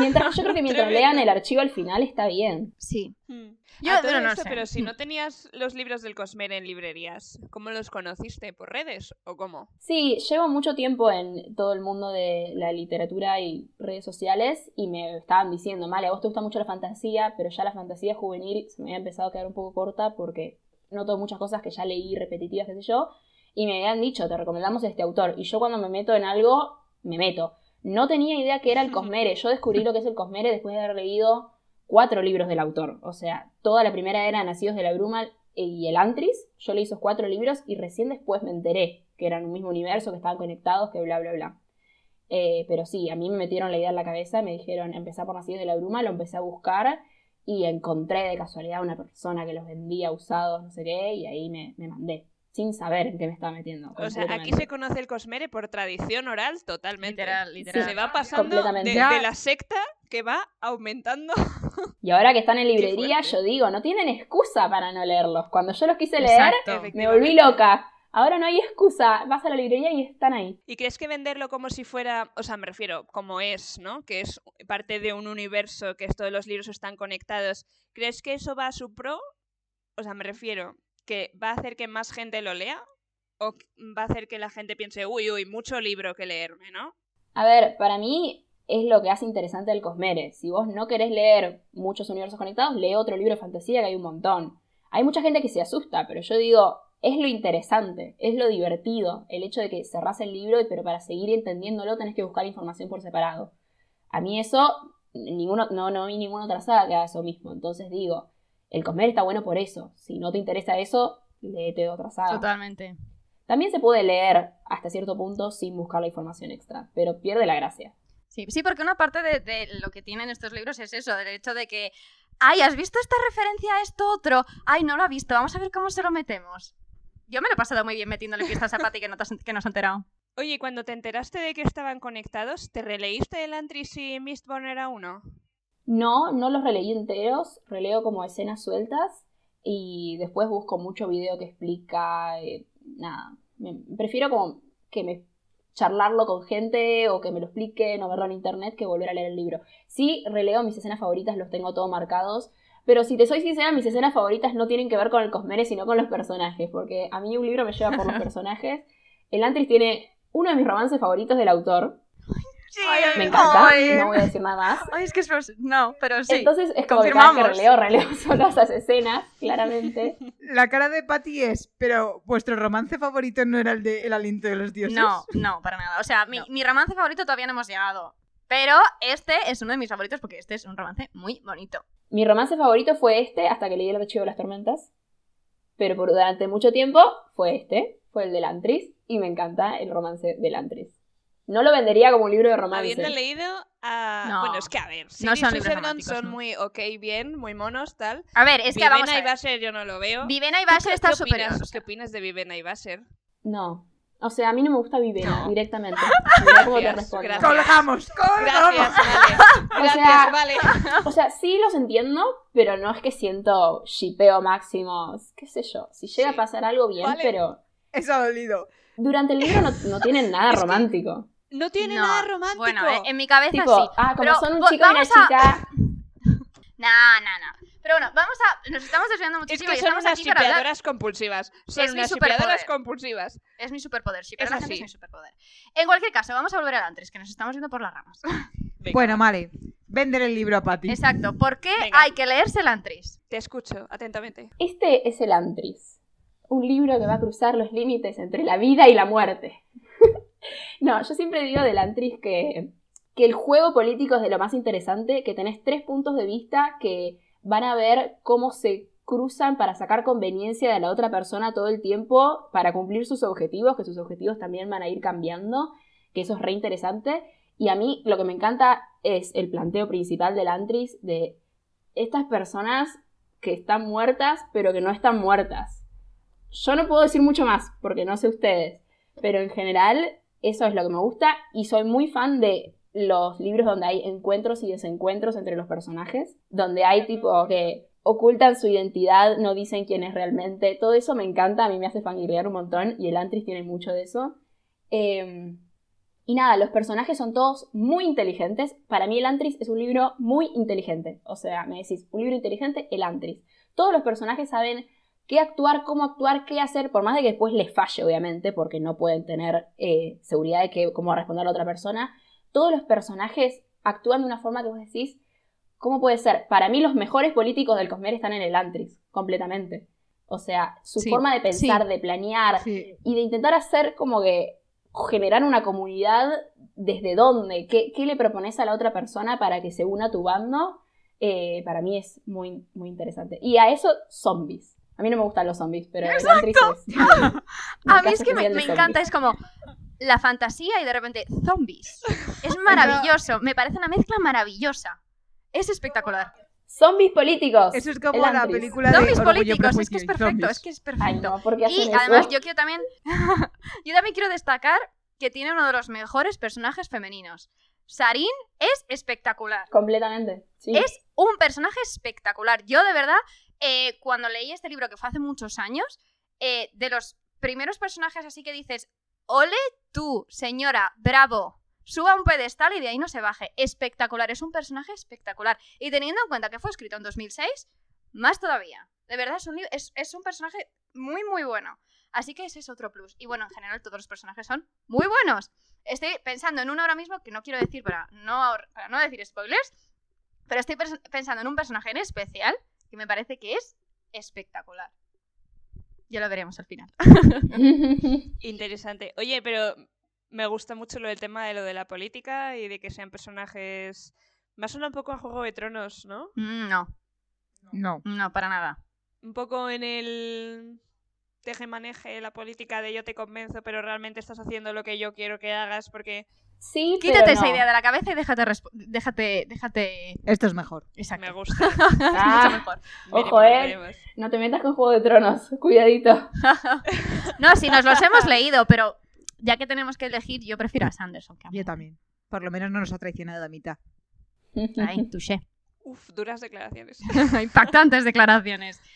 Mientras, yo creo que mientras lean el archivo al final está bien.
Sí.
Yo,
Yo-
Hmm. todo
bueno, no
esto,
sé. Hmm.
pero si no tenías los libros del Cosmere en librerías, ¿cómo los conociste? ¿Por redes o cómo?
Sí, llevo mucho tiempo en todo el mundo de la literatura y redes sociales y me estaban diciendo, Male, a vos te gusta mucho la fantasía, pero ya la fantasía juvenil se me había empezado a quedar un poco corta porque noto muchas cosas que ya leí repetitivas, qué sé yo, y me habían dicho, te recomendamos este autor. Y yo cuando me meto en algo, me meto. No tenía idea que era el Cosmere. Yo descubrí lo que es el Cosmere después de haber leído cuatro libros del autor. O sea, toda la primera era Nacidos de la Bruma y El Antris. Yo leí esos cuatro libros y recién después me enteré que eran un mismo universo, que estaban conectados, que bla, bla, bla. Eh, pero sí, a mí me metieron la idea en la cabeza, me dijeron, empezá por Nacidos de la Bruma, lo empecé a buscar y encontré de casualidad una persona que los vendía usados, no sé qué, y ahí me, me mandé, sin saber en qué me estaba metiendo.
O sea, aquí
completamente.
se conoce el Cosmere por tradición oral totalmente.
Literal, literal.
Se va pasando de,
Completamente.
de
Ya.
la secta que va aumentando.
Y ahora que están en
Qué
librería,
fuerte.
yo digo, no tienen excusa para no leerlos. Cuando yo los quise leer,
Exacto.
me volví loca. Ahora no hay excusa. Vas a la librería y están ahí.
¿Y crees que venderlo como si fuera, o sea, me refiero, como es, ¿no? Que es parte de un universo, que es- todos los libros están conectados. ¿Crees que eso va a su pro? O sea, me refiero, que va a hacer que más gente lo lea o que- va a hacer que la gente piense, uy, uy, mucho libro que leerme, ¿no?
A ver, para mí es lo que hace interesante el Cosmere. Si vos no querés leer muchos universos conectados, lee otro libro de fantasía que hay un montón. Hay mucha gente que se asusta, pero yo digo, es lo interesante, es lo divertido, el hecho de que cerrás el libro, pero para seguir entendiéndolo tenés que buscar información por separado. A mí eso, ninguno, no, no vi ninguna otra saga que haga eso mismo. Entonces digo, el Cosmere está bueno por eso. Si no te interesa eso, léete otra saga.
Totalmente.
También se puede leer hasta cierto punto sin buscar la información extra, pero pierde la gracia.
Sí, sí, porque una parte de, de lo que tienen estos libros es eso, del hecho de que, ay, ¿has visto esta referencia a esto otro? Ay, no lo ha visto, vamos a ver cómo se lo metemos. Yo me lo he pasado muy bien metiéndole piezas a Patty que no, te has, que no se ha enterado.
Oye, ¿y cuando te enteraste de que estaban conectados, ¿te releíste el Antris y Mistborn era uno?
No, no los releí enteros, releo como escenas sueltas y después busco mucho video que explica, eh, nada, Me- prefiero como que me charlarlo con gente o que me lo expliquen o verlo en internet que volver a leer el libro. Sí, releo mis escenas favoritas, los tengo todos marcados, pero si te soy sincera, mis escenas favoritas no tienen que ver con el Cosmere, sino con los personajes, porque a mí un libro me lleva por los personajes. El Antris tiene uno de mis romances favoritos del autor,
Sí,
me encanta, no voy a decir nada más.
Ay, es que es... pros- No, pero sí.
Entonces es como que cada vez que
confirmamos.
releo, releo solo esas escenas, claramente.
La cara de Patty es, pero vuestro romance favorito no era el de El aliento de los dioses.
No, no, para nada. O sea, mi,
No.
mi romance favorito todavía no hemos llegado. Pero este es uno de mis favoritos porque este es un romance muy bonito.
Mi romance favorito fue este, hasta que leí el archivo de las tormentas. Pero por, durante mucho tiempo fue este, fue el de Lantris, y me encanta el romance de Lantris. No lo vendería como un libro de romance.
Habiendo leído a...
No.
Bueno, es que a ver,
No
Siri y
son libros
Susan Gunn
románticos,
son
no.
muy ok, bien, muy monos, tal.
A ver, es que
Vivena
vamos a
y
ver.
Basher yo no lo veo.
Vivena y
¿Tú
Basher
qué-
están
qué opinas-
superiores.
¿Qué opinas de Vivena y Basher?
No. O sea, a mí no me gusta Vivena
No.
directamente. Mirá cómo te
Gracias,
respondo.
gracias.
¡Colgamos! ¡Colgamos!
Gracias, vale.
O
Gracias,
sea-
vale.
O sea, sí los entiendo, pero no es que siento shipeo máximo. Qué sé yo. Si llega
Sí.
a pasar algo bien,
Vale.
pero
Eso ha dolido.
durante el libro no, no tienen nada
Es que-
romántico.
No tiene
No,
nada romántico.
Bueno, eh, en mi cabeza
Tipo,
sí.
ah, como
Pero
son un
vo-
chico y una
vamos a-
chica.
No, no, no. Pero bueno, vamos a. Nos estamos desviando
es
muchísimo
que
y
son
estamos
unas
aquí para hablar.
shipeadoras compulsivas. Son
Es mi
unas
superpoder.
shipeadoras compulsivas.
Es mi superpoder, sí, pero
Es
la gente
así.
es mi superpoder. En cualquier caso, vamos a volver al antes, que nos estamos yendo por las ramas.
Venga,
Bueno,
va,
vale. Vender el libro a Patty.
Exacto. ¿Por qué
Venga.
hay que leerse el antes?
te escucho atentamente.
Este es el Antris. Un libro que va a cruzar los límites entre la vida y la muerte. no, yo siempre digo del Antris que, que el juego político es de lo más interesante, que tenés tres puntos de vista que van a ver cómo se cruzan para sacar conveniencia de la otra persona todo el tiempo, para cumplir sus objetivos, que sus objetivos también van a ir cambiando, que eso es re interesante. Y a mí lo que me encanta es el planteo principal del Antris de estas personas que están muertas, pero que no están muertas. Yo no puedo decir mucho más, porque no sé ustedes, pero en general eso es lo que me gusta y soy muy fan de los libros donde hay encuentros y desencuentros entre los personajes, donde hay tipo que ocultan su identidad, no dicen quién es realmente, todo eso me encanta, a mí me hace fangirlear un montón y el Antris tiene mucho de eso. Eh, Y nada, los personajes son todos muy inteligentes. Para mí, El Antris es un libro muy inteligente. O sea, me decís, un libro inteligente, El Antris. Todos los personajes saben qué actuar, cómo actuar, qué hacer, por más de que después les falle, obviamente, porque no pueden tener eh, seguridad de que, cómo va a responder a otra persona. Todos los personajes actúan de una forma que vos decís, ¿cómo puede ser? Para mí, los mejores políticos del Cosmer están en El Antris, completamente. O sea, su
Sí,
forma de pensar,
sí.
de planear
Sí.
y de intentar hacer como que generar una comunidad desde dónde, qué, qué le propones a la otra persona para que se una a tu bando, eh, para mí es muy, muy interesante. Y a eso, zombies. A mí no me gustan los zombies, pero el Antris es-
A mí es que
especial de
me, me
zombies.
encanta, es como la fantasía y de repente zombies. Es maravilloso, me parece una mezcla maravillosa. Es espectacular.
Zombies políticos.
Eso es como
El
la
Antris.
película de
zombies
Orgullo y
políticos, es que es
Prejuicio y
perfecto,
zombies.
es que es
Ay,
perfecto.
no, ¿por qué hacen
Y
eso?
además yo quiero también, yo también quiero destacar que tiene uno de los mejores personajes femeninos. Sarin es espectacular.
Completamente. Sí.
Es un personaje espectacular. Yo, de verdad, eh, cuando leí este libro, que fue hace muchos años, eh, de los primeros personajes así que dices, ole tú, señora, bravo, suba a un pedestal y de ahí no se baje. Espectacular, es un personaje espectacular. Y teniendo en cuenta que fue escrito en 2006, más todavía. De verdad, es un, li- es, es un personaje muy, muy bueno. Así que ese es otro plus. Y bueno, en general todos los personajes son muy buenos. Estoy pensando en uno ahora mismo que no quiero decir para no, ahor- para no decir spoilers, pero estoy pers- pensando en un personaje en especial que me parece que es espectacular. Ya lo veremos al final.
Interesante. Oye, pero me gusta mucho lo del tema de lo de la política y de que sean personajes. Me suena un poco a Juego de Tronos, ¿no?
Mm, No,
No.
no, para nada.
Un poco en el teje-maneje, la política de yo te convenzo, pero realmente estás haciendo lo que yo quiero que hagas porque
sí, pero
Quítate esa
no.
idea de la cabeza y déjate. resp- déjate, déjate.
Esto es mejor.
Exacto.
me gusta.
Ah,
Mucho mejor.
Ojo, eh.
veremos.
no te metas con Juego de Tronos. Cuidadito.
No, si nos los hemos leído, pero ya que tenemos que elegir, yo prefiero a Sanderson. que a
Yo
Moore.
también. Por lo menos no nos ha traicionado a mitad.
Ay, touché.
Uf, duras declaraciones.
Impactantes declaraciones.
Oye,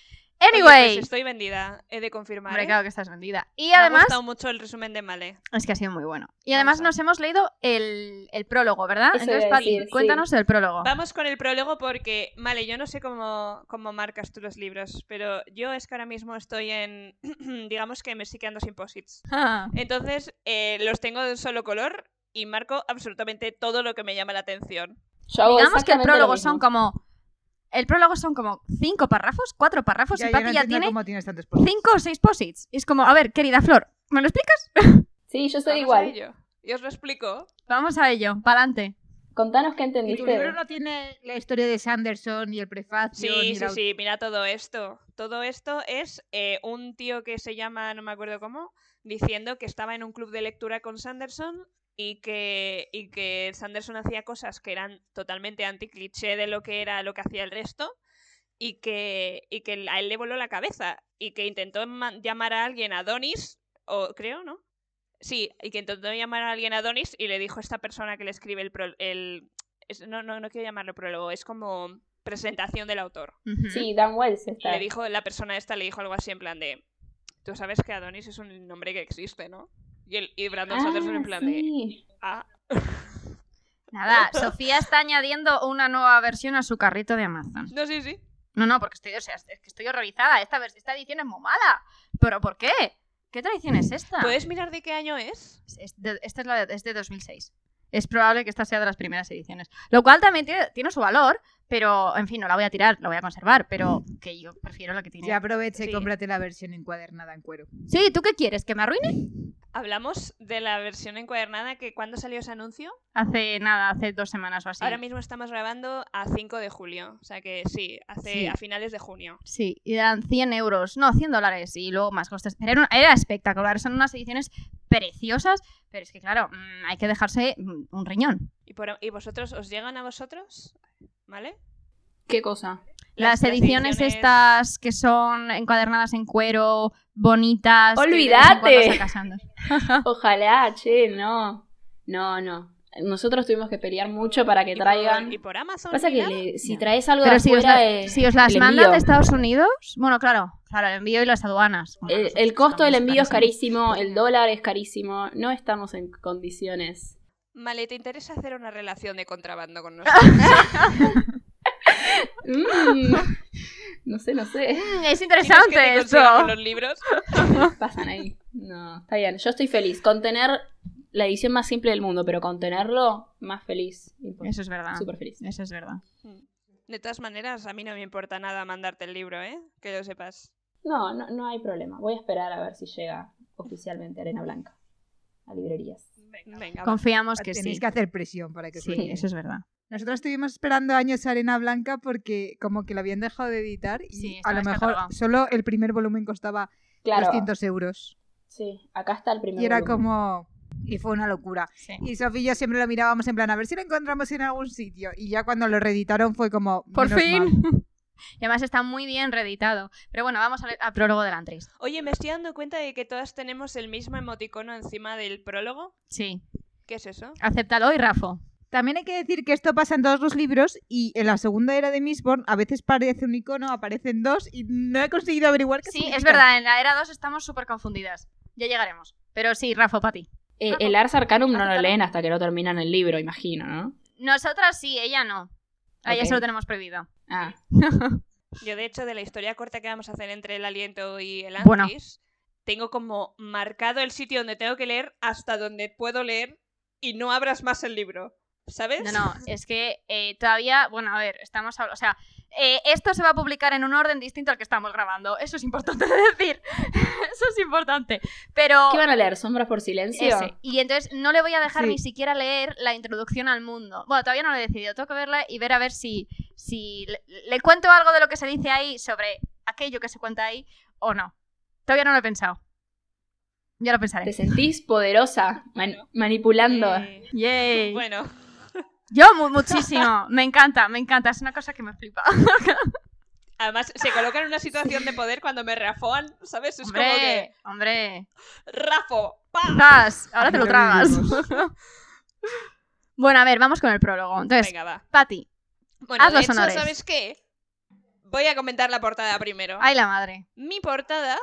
Anyway.
pues estoy vendida, he de confirmar.
Hombre,
¿eh?
claro que estás vendida. Y
Me ha
además,
gustado mucho el resumen de Male.
es que ha sido muy bueno. Y
Vamos
además
a-
nos hemos leído el, el prólogo, ¿verdad?
Eso
Entonces,
iba a
Pali,
decir, sí.
cuéntanos el prólogo.
Vamos con el prólogo porque, vale, yo no sé cómo, cómo marcas tú los libros, pero yo es que ahora mismo estoy en, digamos que me estoy quedando sin posits.
Ah.
Entonces, eh, los tengo de un solo color y marco absolutamente todo lo que me llama la atención.
Yo hago
Digamos que el
Oh, exactamente lo
prólogo
mismo.
son como. El prólogo son como cinco párrafos, cuatro párrafos,
Ya,
y
yo
Pati
no
Pues ya
entiendo
tiene
cómo tienes tantos posts.
cinco o seis posits. Y es como, a ver, querida Flor, ¿me lo explicas?
Sí, yo soy
Vamos a
igual.
ello. Y os lo explico.
Vamos a ello, pa'lante.
Contanos qué
Y tu
entendiste.
libro no tiene la historia de Sanderson y el prefacio.
Sí,
ni
sí,
la-
sí, mira todo esto. Todo esto es eh, un tío que se llama, no me acuerdo cómo, diciendo que estaba en un club de lectura con Sanderson y que, y que Sanderson hacía cosas que eran totalmente anticliché de lo que era lo que hacía el resto y que, y que a él le voló la cabeza y que intentó ma- llamar a alguien a Donis, o creo, ¿no? Sí, y que intentó llamar a alguien a Donis y le dijo esta persona que le escribe el... pro- el es- no, no, no quiero llamarlo prólogo, es como presentación del autor.
Ujú.
Sí, Dan Wells
Y
está.
le dijo, la persona esta le dijo algo así en plan de, tú sabes que Adonis es un nombre que existe, ¿no? Y, el, y Brandon Sanderson en
ah,
plan de,
sí.
ah,
Nada, Sofía está añadiendo una nueva versión a su carrito de Amazon.
no, sí, sí.
No, no, porque estoy, o sea, es que estoy horrorizada. Esta, vers- esta edición es muy mala. ¿Pero por qué? ¿Qué tradición es
Ah.
esta?
¿Puedes mirar de qué año es?
Es de- esta es, la de, es de 2006. Es probable que esta sea de las primeras ediciones. Lo cual también tiene, tiene su valor, pero en fin, no la voy a tirar, la voy a conservar, pero que yo prefiero la que tiene.
Ya aprovecha
Sí.
y cómprate la versión encuadernada en cuero.
Sí, ¿tú qué quieres? ¿Que me arruine?
Hablamos de la versión encuadernada que cuando salió ese anuncio.
Hace nada, hace dos semanas o así.
Ahora mismo estamos grabando a 5 de julio, o sea que sí, hace
Sí.
a finales de junio.
Sí, y eran 100 euros, no, 100 dólares y luego más costes. Pero era, un- era espectacular, son unas ediciones preciosas, pero es que claro, mm, hay que dejarse mm, un riñón.
¿Y, por- y vosotros os llegan a vosotros? ¿Vale?
¿Qué cosa?
Las, ediciones, estas que son encuadernadas en cuero, bonitas. que de vez en
¡Olvídate!
cuando sacas andas.
Ah.
Ojalá, che, no. No, no. Nosotros tuvimos que pelear mucho para que
y por-
traigan.
y por Amazon.
Pasa
ni
que
nada?
le- si
No.
traes algo
Pero
de
si os,
afuera,
la-
eh,
si os las
el
mandan de
envío.
Estados Unidos, bueno, claro, claro, el envío y las aduanas. Bueno,
el,
nosotros
el costo del
estamos
envío es
carísimos.
carísimo, el dólar es carísimo, no estamos en condiciones
Male, ¿te interesa hacer una relación de contrabando con nosotros?
Mm. No sé, no sé.
Mm,
¿Quieres
es
que
interesante
te
esto.
consiga con los libros?
Pasan ahí. No, está bien. Yo estoy feliz. Contener la edición más simple del mundo, pero contenerlo, más feliz.
Eso es verdad.
Súper feliz.
Eso es verdad.
De todas maneras, a mí no me importa nada mandarte el libro, ¿eh? Que lo sepas.
No, no, no hay problema. Voy a esperar a ver si llega oficialmente Arena Blanca a librerías.
Venga. va.
Confiamos
que
Tenéis
sí.
que hacer presión para que
Sí.
suene. Eso es verdad. Nosotros estuvimos esperando años Arena Blanca porque como que lo habían dejado de editar y
Sí,
a
estaba
lo mejor
descatalogado.
solo el primer volumen costaba
Claro.
200 euros.
Sí, acá está el primer
Y era
volumen.
como... Y fue una locura.
Sí.
Y Sofía y yo siempre lo mirábamos en plan, a ver si lo encontramos en algún sitio. Y ya cuando lo reeditaron fue como...
Por
menos mal.
fin. Y además está muy bien reeditado. Pero bueno, vamos al, al prólogo de Antris.
Oye, me estoy dando cuenta de que todas tenemos el mismo emoticono encima del prólogo.
Sí.
¿Qué es eso?
Acéptalo y Rafo.
También hay que decir que esto pasa en todos los libros y en la segunda era de Mistborn a veces parece un icono, aparecen dos y no he conseguido averiguar qué
Sí,
significan.
es verdad, en la era 2 estamos súper confundidas. Ya llegaremos. Pero sí, Rafo, para ti.
Eh, el Ars Arcanum no lo
Arcanum.
leen hasta que no terminan el libro, imagino, ¿no?
Nosotras sí, ella no. A ella
Ok.
se lo tenemos prohibido.
Ah,
Yo, de hecho, de la historia corta que vamos a hacer entre el aliento y el antis,
Bueno.
tengo como marcado el sitio donde tengo que leer hasta donde puedo leer y no abras más el libro. ¿Sabes?
No, no, es que eh, todavía, bueno, a ver, estamos hablando, o sea, eh, esto se va a publicar en un orden distinto al que estamos grabando, eso es importante de decir, eso es importante, pero...
¿qué van a leer? ¿Sombras por silencio?
ese. Y entonces no le voy a dejar
Sí.
ni siquiera leer la introducción al mundo. Bueno, todavía no lo he decidido, tengo que verla y ver a ver si, si le, le cuento algo de lo que se dice ahí sobre aquello que se cuenta ahí o no. Todavía no lo he pensado. Ya lo pensaré.
¿Te sentís poderosa man- manipulando?
Eh,
Yay.
bueno,
Yo mu- muchísimo, me encanta, me encanta, es una cosa que me flipa.
además se coloca en una situación de poder cuando me rafoan, ¿sabes? Es como que.
Hombre, hombre.
¡Rafo! ¡Pa!
Zas, ahora te
Ahí
lo
lo
tragas.
vivimos.
bueno, a ver, vamos con el prólogo. Entonces,
Venga, va.
Patty.
Bueno,
haz
de
los
hecho,
honores.
¿sabes qué? Voy a comentar la portada primero.
Ay, la madre.
Mi portada.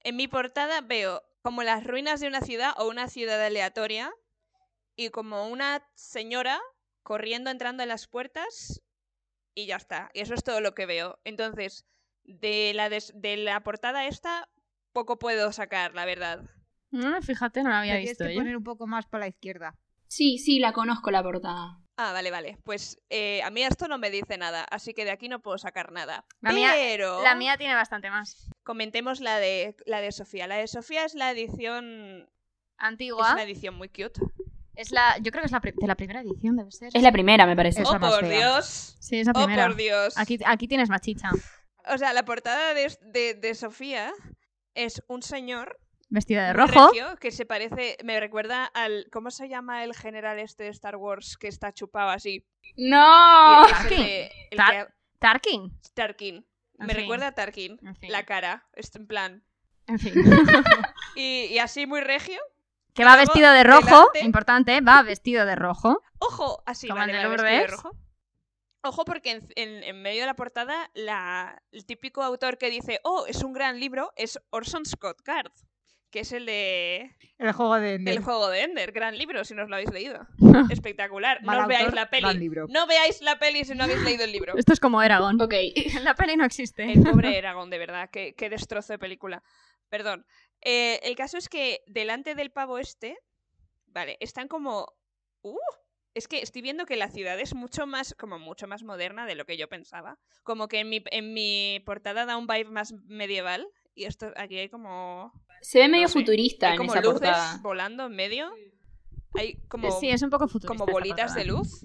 En mi portada veo como las ruinas de una ciudad o una ciudad aleatoria y como una señora corriendo entrando en las puertas y ya está. Y eso es todo lo que veo. Entonces, de la, des- de la portada esta poco puedo sacar, la verdad.
Mm, fíjate, no la
Lo
había
Tienes
visto.
que
¿eh?
poner un poco más para la izquierda.
Sí, sí, la conozco la portada.
Ah, vale, vale. Pues eh, a mí esto no me dice nada, así que de aquí no puedo sacar nada.
La mía-
Pero...
La mía tiene bastante más.
Comentemos la de, la de Sofía. La de Sofía es la edición... Es
Antigua.
una edición muy cute.
Es la, yo creo que es la, pri- de la primera edición, debe ser.
Es la primera, me parece.
Esa
¡Oh,
más
por
fea.
Dios!
Sí, es la
¡Oh,
primera.
por Dios!
Aquí, aquí tienes más chicha.
O sea, la portada de, de- de Sofía es un señor
Vestida de
muy
rojo.
regio, que se parece... Me recuerda al... ¿Cómo se llama el general este de Star Wars que está chupado así?
¡No!
Y es el
Tarkin.
de- el
Tar-
que-
Tarkin.
Tarkin. Me
En fin.
recuerda a Tarkin.
En fin.
La cara. Es en plan...
En fin.
Y, y así muy regio.
que va
luego,
vestido de rojo.
delante-
Importante, va vestido de rojo.
Ojo, así
Como
vale,
en el
vale, vestido de
Overbest.
rojo. Ojo porque en, en- en medio de la portada la- el típico autor que dice, "Oh, es un gran libro", es Orson Scott Card, que es el de
El juego de Ender.
El juego de Ender, gran libro si no os lo habéis leído. Espectacular.
Mal
No os veáis
autor,
la
mal
peli.
libro.
No veáis la peli si no habéis leído el libro.
Esto es como Eragon.
Ok.
La peli no existe.
El pobre Eragon, de verdad, qué, qué destrozo de película. Perdón. Eh, el caso es que delante del pavo este, vale, están como... ¡Uh! Es que estoy viendo que la ciudad es mucho más, como mucho más moderna de lo que yo pensaba. Como que en mi, en mi portada da un vibe más medieval. Y esto aquí hay como.
Se ve medio
No sé.
futurista
Hay
en
como
esa
luces
portada.
volando en medio. Hay como,
Sí, es un poco futurista.
como
esta
bolitas
portada.
de luz.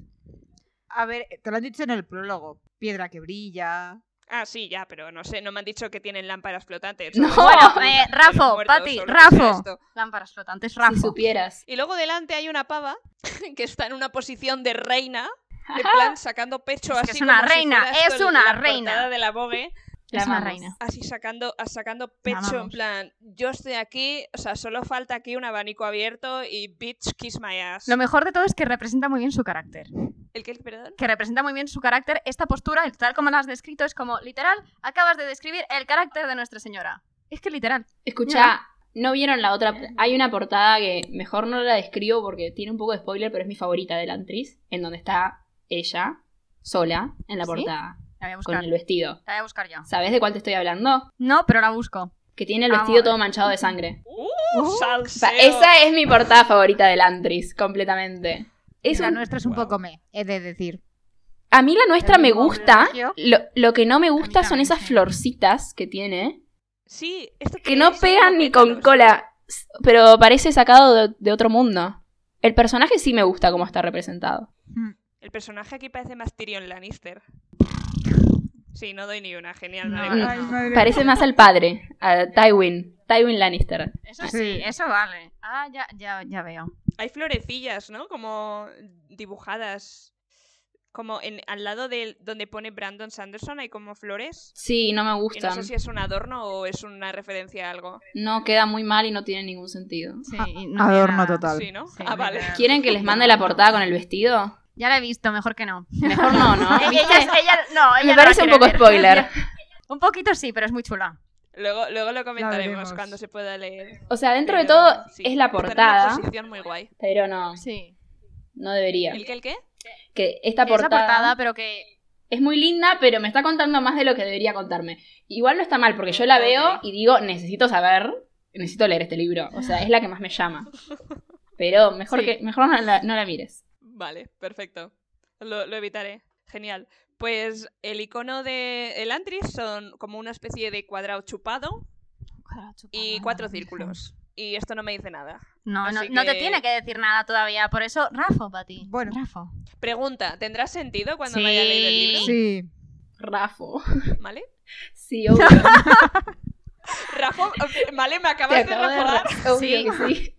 A ver, te lo han dicho en el prólogo. Piedra que brilla.
Ah, sí, ya, pero no sé, no me han dicho que tienen lámparas flotantes.
No.
Solo-
Bueno,
solo
eh,
los
Rafo,
muertos,
Pati,
solo que sea
Rafo.
esto.
Lámparas flotantes,
Si
Rafa.
supieras.
Y luego delante hay una pava que está en una posición de reina, en plan sacando pecho
Es que
así.
es una
como si
reina,
fuera
es
esto
una
la
reina.
portada de la Vogue,
La
es una
amamos.
reina.
así sacando, a- sacando pecho, en
amamos.
plan, yo estoy aquí, o sea, solo falta aquí un abanico abierto y bitch kiss my ass.
Lo mejor de todo es que representa muy bien su carácter.
¿El qué? Perdón.
Que representa muy bien su carácter. Esta postura, el tal como la has descrito, es como, literal, acabas de describir el carácter de Nuestra Señora. Es que literal.
Escucha,
Mira.
No vieron la otra. Hay una portada que mejor no la describo porque tiene un poco de spoiler, pero es mi favorita de la actriz, en donde está ella sola en la
¿Sí?
portada
La voy a
con
buscar.
el vestido.
La voy a buscar ya.
¿Sabes de cuál te estoy hablando?
No, pero la busco.
Que tiene el
Vamos.
vestido todo manchado de sangre.
¡Uh!
Uh,
O sea,
salseo.
esa es mi portada favorita de Antris, completamente. Es
la
un-
nuestra es un
Wow.
poco me, he de decir.
A mí la nuestra me
mismo
gusta.
privilegio.
Lo, lo que no me gusta
mí
son
también,
esas
sí.
florcitas que tiene,
Sí, esto
que no
es
pegan ni con
pétalos.
cola, s- pero parece sacado de, de otro mundo. El personaje sí me gusta como está representado.
Mm,
El personaje aquí parece más Tyrion Lannister. Sí, no doy ni una, genial.
No,
me
Ay,
alegro.
no.
madre
Parece más al padre, a Tywin, Tywin Lannister.
Eso sí, eso vale. Ah, ya, ya, ya veo.
Hay florecillas, ¿no? Como dibujadas. Como en, al lado de donde pone Brandon Sanderson hay como flores.
Sí, no me
Y
gusta.
no sé si es un adorno o es una referencia a algo.
No queda muy mal y no tiene ningún sentido.
Sí,
A-
y no
adorno
tiene nada.
total.
Sí, ¿no?
Sí,
ah, vale.
mira.
¿Quieren que les mande la portada con el vestido?
Ya la he visto, mejor que no.
Mejor no, ¿no?
Ella-
¿Viste?
ella- ella- no, ella
Me
no la
parece un
quiere
poco
ver.
spoiler.
Un poquito sí, pero es muy chula.
Luego, luego lo comentaremos
veremos.
cuando se pueda leer.
O sea, dentro de
Pero
todo
sí,
es la
está en una
portada,
posición muy guay.
pero no,
Sí.
no debería.
¿El qué, el qué?
Que esta
Esa portada,
portada
pero que.
es muy linda, pero me está contando más de lo que debería contarme. Igual no está mal, porque yo la veo y digo, necesito saber, necesito leer este libro. O sea, es la que más me llama. Pero mejor
Sí.
que mejor no la, no la mires.
Vale, perfecto. Lo, lo evitaré. Genial. Pues el icono de el Antris son como una especie de cuadrado chupado
Ah.
y cuatro círculos. Y esto no me dice nada.
No, no,
Así
no te
que-
tiene que decir nada todavía. Por eso, Rafa, para ti.
Bueno.
Rafa.
Pregunta, ¿tendrá sentido cuando
Sí.
me haya leído el libro?
Sí.
Rafo.
¿Vale?
Sí, obvio.
Rafa, ¿vale? Me
Te
acabas de
acabo de
rajar.
ra- obvio que sí.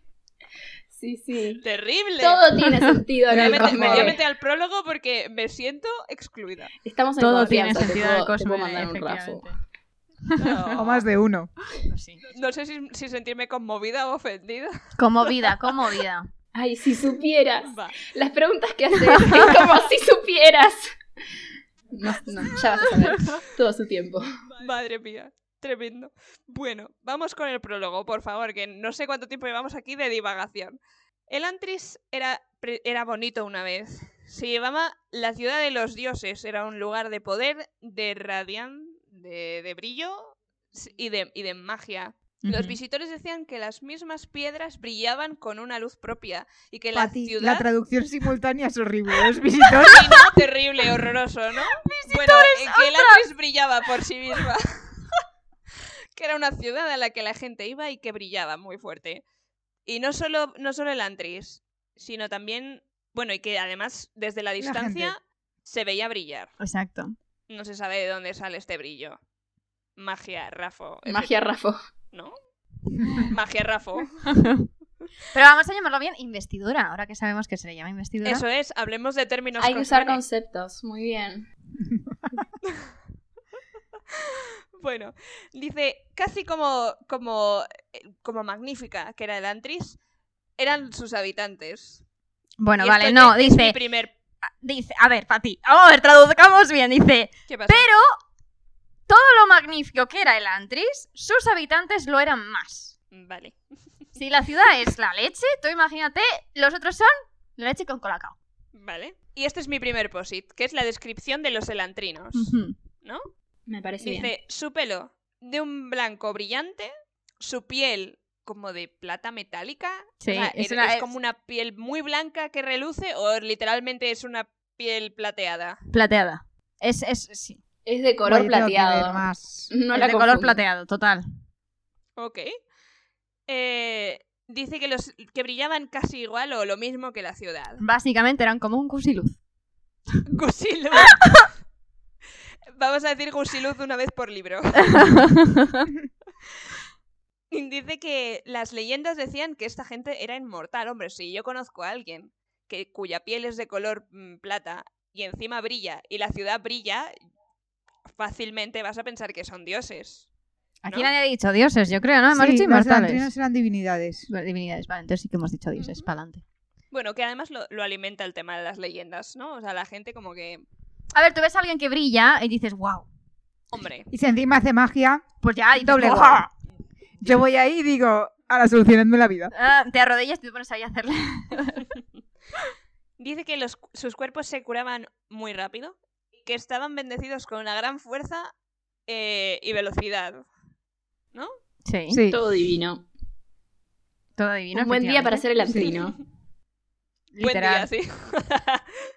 Sí, sí.
Terrible.
Todo tiene sentido en
me voy
el
a meter- me voy a
cosmere.
meter al prólogo porque me siento excluida.
Estamos en
Todo tiene
confianza, te
sentido en
puedo-
el
te puedo
cosmos.
mandar un rafo.
No,
O más de uno.
Pues
no sé si, si sentirme conmovida o ofendida.
Como vida, como vida.
Ay, si supieras.
Va.
Las preguntas que haces es como si supieras. No, no, ya vas a saber todo su tiempo.
Madre mía, tremendo. Bueno, vamos con el prólogo, por favor, que no sé cuánto tiempo llevamos aquí de divagación. El Antris era, pre- era bonito una vez. Se llamaba la ciudad de los dioses. Era un lugar de poder, de radian, de, de brillo s- y de, y de magia. Los
Ujú.
visitores decían que las mismas piedras brillaban con una luz propia y que la
Pati,
ciudad...
la traducción simultánea es horrible. Los visitores.
Sí, ¿no? Terrible, horroroso, ¿no? Bueno, eh, que el Atlas brillaba por sí misma. que era una ciudad a la que la gente iba y que brillaba muy fuerte. Y no solo, no solo el Antris, sino también, bueno, y que además desde la distancia se veía brillar.
Exacto.
No se sabe de dónde sale este brillo. Magia, Rafo.
Magia Rafo.
¿No? Magia, Rafo.
Pero vamos a llamarlo bien investidura, ahora que sabemos que se le llama investidura.
Eso es, hablemos de términos
Hay que usar
cosméricos.
conceptos, muy bien.
Bueno, dice, casi como, como, eh, como magnífica que era el Antris, eran sus habitantes.
Bueno,
Y
vale,
esto
no,
es- es
dice,
mi primer...
dice, a ver, Pati, vamos a ver, traduzcamos bien, dice,
¿Qué pasa?
todo lo magnífico que era el Antris, sus habitantes lo eran más.
Mm, Vale.
Si la ciudad es la leche, tú imagínate, los otros son la leche con colacao.
Vale. Y este es mi primer posit, que es la descripción de los elantrinos. ¿No?
Me parece bien.
Dice, su pelo de un blanco brillante, su piel como de plata metálica.
Sí,
o sea,
es
es,
una-
es como una piel muy blanca que reluce o literalmente es una piel plateada.
Plateada. Es, es, sí.
Es de color
Oye, tengo que ver
plateado.
más.
No
es
la
de color
confundo.
plateado, total.
Ok. Eh, dice que los que brillaban casi igual o lo mismo que la ciudad.
Básicamente eran como un cursiluz.
Gusiluz. Vamos a decir Gusiluz una vez por libro. Y Dice que las leyendas decían que esta gente era inmortal. Hombre, si yo conozco a alguien que, cuya piel es de color mm, plata y encima brilla y la ciudad brilla, fácilmente vas a pensar que son dioses.
Aquí
¿No?
nadie ha dicho dioses, yo creo, ¿no? Hemos
Sí,
dicho
los
inmortales.
elantrinos eran divinidades.
Bueno, Divinidades, vale, entonces sí que hemos dicho dioses,
Ujú.
para adelante.
Bueno, que además lo, lo alimenta el tema de las leyendas, ¿no? O sea, la gente como que...
A ver, tú ves a alguien que brilla y dices, wow.
Hombre,
Y si encima hace magia,
Pues ya, y
doble
dices,
guau.
"Buah".
Yo voy ahí y digo, Ahora solucionadme la vida.
Ah, te arrodillas y te pones ahí a hacerle.
Dice que los cu- sus cuerpos se curaban muy rápido, y que estaban bendecidos con una gran fuerza eh, y velocidad.
Sí,
Sí.
Todo divino.
todo divino.
Un buen día para ser el antrino.
Literal.
Buen día, sí.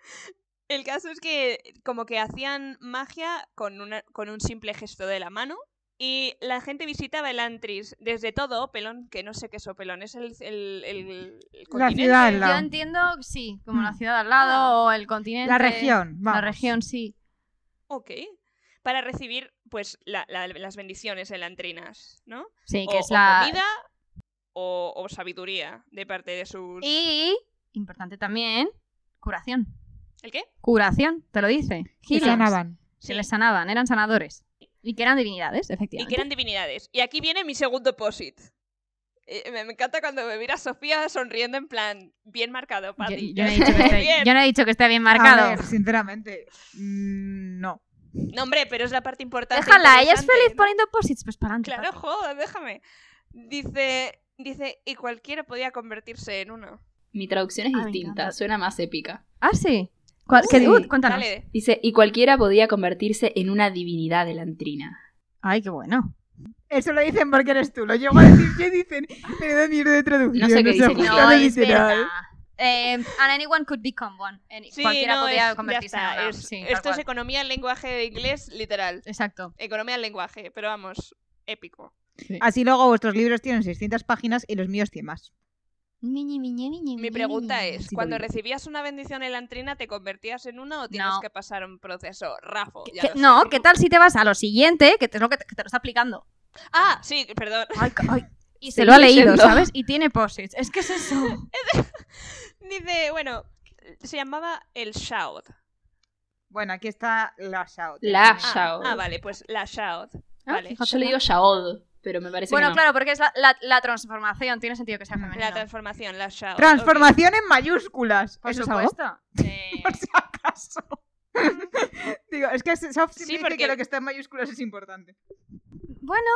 El caso es que como que hacían magia con, una- con un simple gesto de la mano y la gente visitaba el Antris desde todo Opelón, que no sé qué es Opelón, es el, el- el- el
La
continente.
ciudad, al
Yo
lado.
entiendo, sí, como la
Hmm.
ciudad al lado o el continente.
la región.
La
vamos.
región, sí.
Ok. Para recibir pues la- la- las bendiciones elantrinas, ¿no?
Sí,
o,
que es
o
la.
comida o, o sabiduría de parte de sus...
Y, importante también, curación.
¿El qué?
Curación, te lo dice.
Y
Healers.
sanaban.
Se les sanaban, eran sanadores. Y que eran divinidades,
Y
efectivamente.
que eran divinidades. Y aquí viene mi segundo posit. Eh, Me me encanta cuando me mira Sofía sonriendo en plan, bien marcado,
Yo,
Patty.
yo no he dicho que esté,
Bien.
yo no he dicho que esté bien
A
marcado.
ver, sinceramente, mm, no.
No, hombre, pero es la parte importante.
Déjala, ella es
interesante.
feliz poniendo posits, pues para adelante.
Claro, joder, déjame. Dice, dice, y cualquiera podía convertirse en uno.
Mi traducción es
Ah, me
distinta,
encanta.
suena más épica.
Ah, sí. ¿Cuál-
Sí.
qué- uh, cuéntanos.
Dale.
Dice, y cualquiera podía convertirse en una divinidad elantrina.
Ay, qué bueno.
Eso lo dicen porque eres tú. Lo llego a decir que dicen. Me da miedo de traducción.
No sé qué
se
dicen.
ajusta
No,
a lo
es
literal.
verdad. Eh, and anyone could become one. Any-
Sí,
cualquiera
no, es-
podía
ya
convertirse
está,
en una.
es-
Sí, tal
Esto es
cual.
economía en lenguaje de inglés, literal.
Exacto.
Economía en lenguaje, pero vamos, épico.
Así luego vuestros libros tienen 600 páginas y los míos 100 más.
Miñi, miñi, miñi,
Mi
miñi,
pregunta
miñi.
es,
Mm, sí,
cuando
lo vi.
recibías una bendición elantrina, ¿te convertías en uno o tienes
No.
que pasar un proceso? Rafo, ya
¿Qué-
lo sé.
no, ¿qué tal si te vas a lo siguiente? Que te- es lo que te, que te lo está aplicando.
Ah, sí, perdón.
Ay, ca- ay. Y se
Estoy
lo ha leído,
leyendo.
¿sabes? Y tiene posits. Es que es eso.
Dice, bueno, se llamaba el Shaud.
Bueno, aquí está la shout.
La
Ah,
Shaud.
Ah, vale, pues la Shaud.
Ah,
Vale.
fíjate.
Yo le digo Shaod, pero me parece
Bueno,
que no.
claro, porque es la, la- la transformación. Tiene sentido que sea
La
femenino.
La transformación, la Shaud.
Transformación en mayúsculas.
Por
¿Eso es algo?
supuesto. Eh,
Por si acaso. Digo, es que Soft
Sí,
siempre dice
porque-
que lo que está en mayúsculas es importante.
bueno,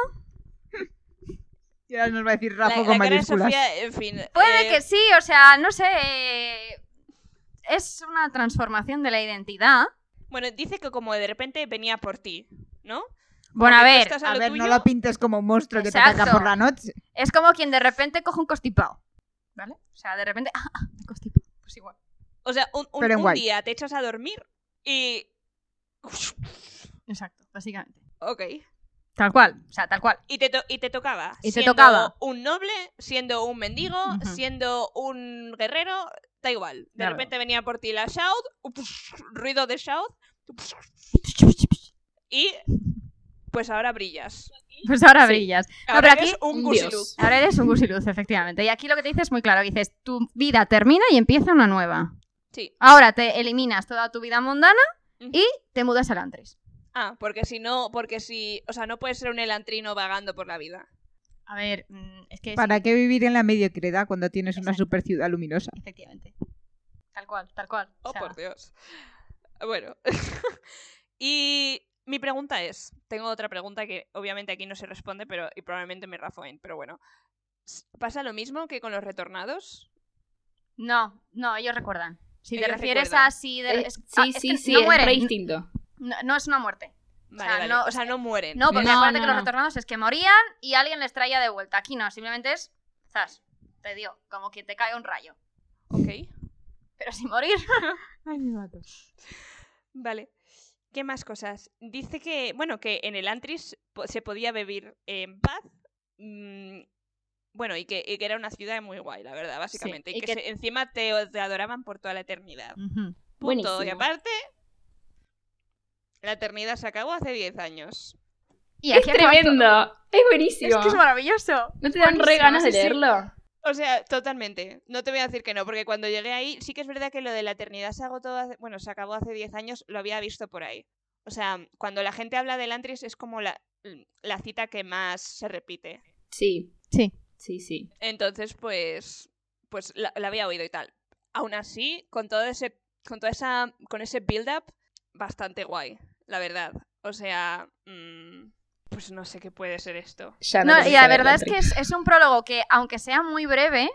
Y ahora nos va a decir
Ok. La,
Rafa
la
con
cara de
mayúsculas.
Sofía, en fin.
puede
eh,
que sí, o sea, no sé. eh, Es una transformación de la identidad.
Bueno, dice que como de repente venía por ti, ¿no?
Bueno, a
Porque tú
ver,
estás a
A
lo
ver, no
tuyo.
lo pintes como un monstruo que te ataca
Exacto.
por la noche.
Es como quien de repente coge un costipado. ¿Vale? O sea, de repente. Ah, ah, me constipo. Pues igual.
O sea, un, un-
Pero en
un
guay.
día te echas a dormir y...
Exacto, básicamente.
Ok.
Tal cual. O sea, tal cual.
Y te, to- y te tocaba.
Y te
siendo
tocaba.
Un noble, siendo un mendigo,
Ujú.
siendo un guerrero, da igual. De
Claro.
repente venía por ti la shout, ups, ruido de shout, ups, y pues ahora brillas.
Pues ahora
Sí.
brillas. No,
Ahora
pero
eres
aquí-
un
Un
gusiluz.
dios.
Ahora eres un gusiluz, efectivamente. Y aquí lo que te dices es muy claro. Dices, tu vida termina y empieza una nueva.
Sí.
Ahora te eliminas toda tu vida mundana y te mudas al Antris.
Ah, porque si no, porque si, o sea, no puedes ser un elantrino vagando por la vida.
A ver, mm, es que... sí,
¿Para qué vivir en la mediocridad cuando tienes una
Exacto.
super ciudad luminosa?
Efectivamente. Tal cual, tal cual. O
Oh,
sea,
por Dios. Bueno. y mi pregunta es, tengo otra pregunta que obviamente aquí no se responde, pero y probablemente me rafoen, pero bueno. S- ¿Pasa lo mismo que con los retornados?
No, no, ellos recuerdan. Si te
Ellos
refieres
recuerdan.
a si... de-
Eh,
es- ah,
sí,
es
sí,
que
sí,
no
es
mueren.
re distinto.
No, no es una muerte.
Vale,
sea,
vale.
no-
o sea, no mueren.
No, porque
No,
acuérdate
no,
que los
no.
retornados es que morían y alguien les traía de vuelta. Aquí no, simplemente es... Zas, te dio, como que te cae un rayo.
Ok.
Pero sin morir...
Vale. ¿Qué más cosas? Dice que, bueno, que en el Antris po- se podía vivir en paz. mm, bueno, y que, y que era una ciudad muy guay, la verdad, básicamente. y,
y
que,
que-
se- encima te, te adoraban por toda la eternidad. Punto. Y
Buenísimo.
aparte, la eternidad se acabó hace 10 años.
Y
Es
aquí acaba todo.
tremendo, es buenísimo.
maravilloso.
¿No te dan re
buenísimo,
ganas de
sí, sí.
leerlo?
O sea, totalmente. No te voy a decir que no, porque cuando llegué ahí, sí que es verdad que lo de la eternidad se agotó, hace- bueno, se acabó hace 10 años, lo había visto por ahí. O sea, cuando la gente habla del Antris es como la, la cita que más se repite.
Sí,
Sí.
sí, sí.
Entonces, pues, pues la, la había oído y tal. Aún así, con todo ese, con toda esa, con ese build-up, bastante guay, la verdad. O sea, mm, pues no sé qué puede ser esto.
Ya
No, y
quise
la
saber
verdad es que
Lantry.
es, es un prólogo que, aunque sea muy breve,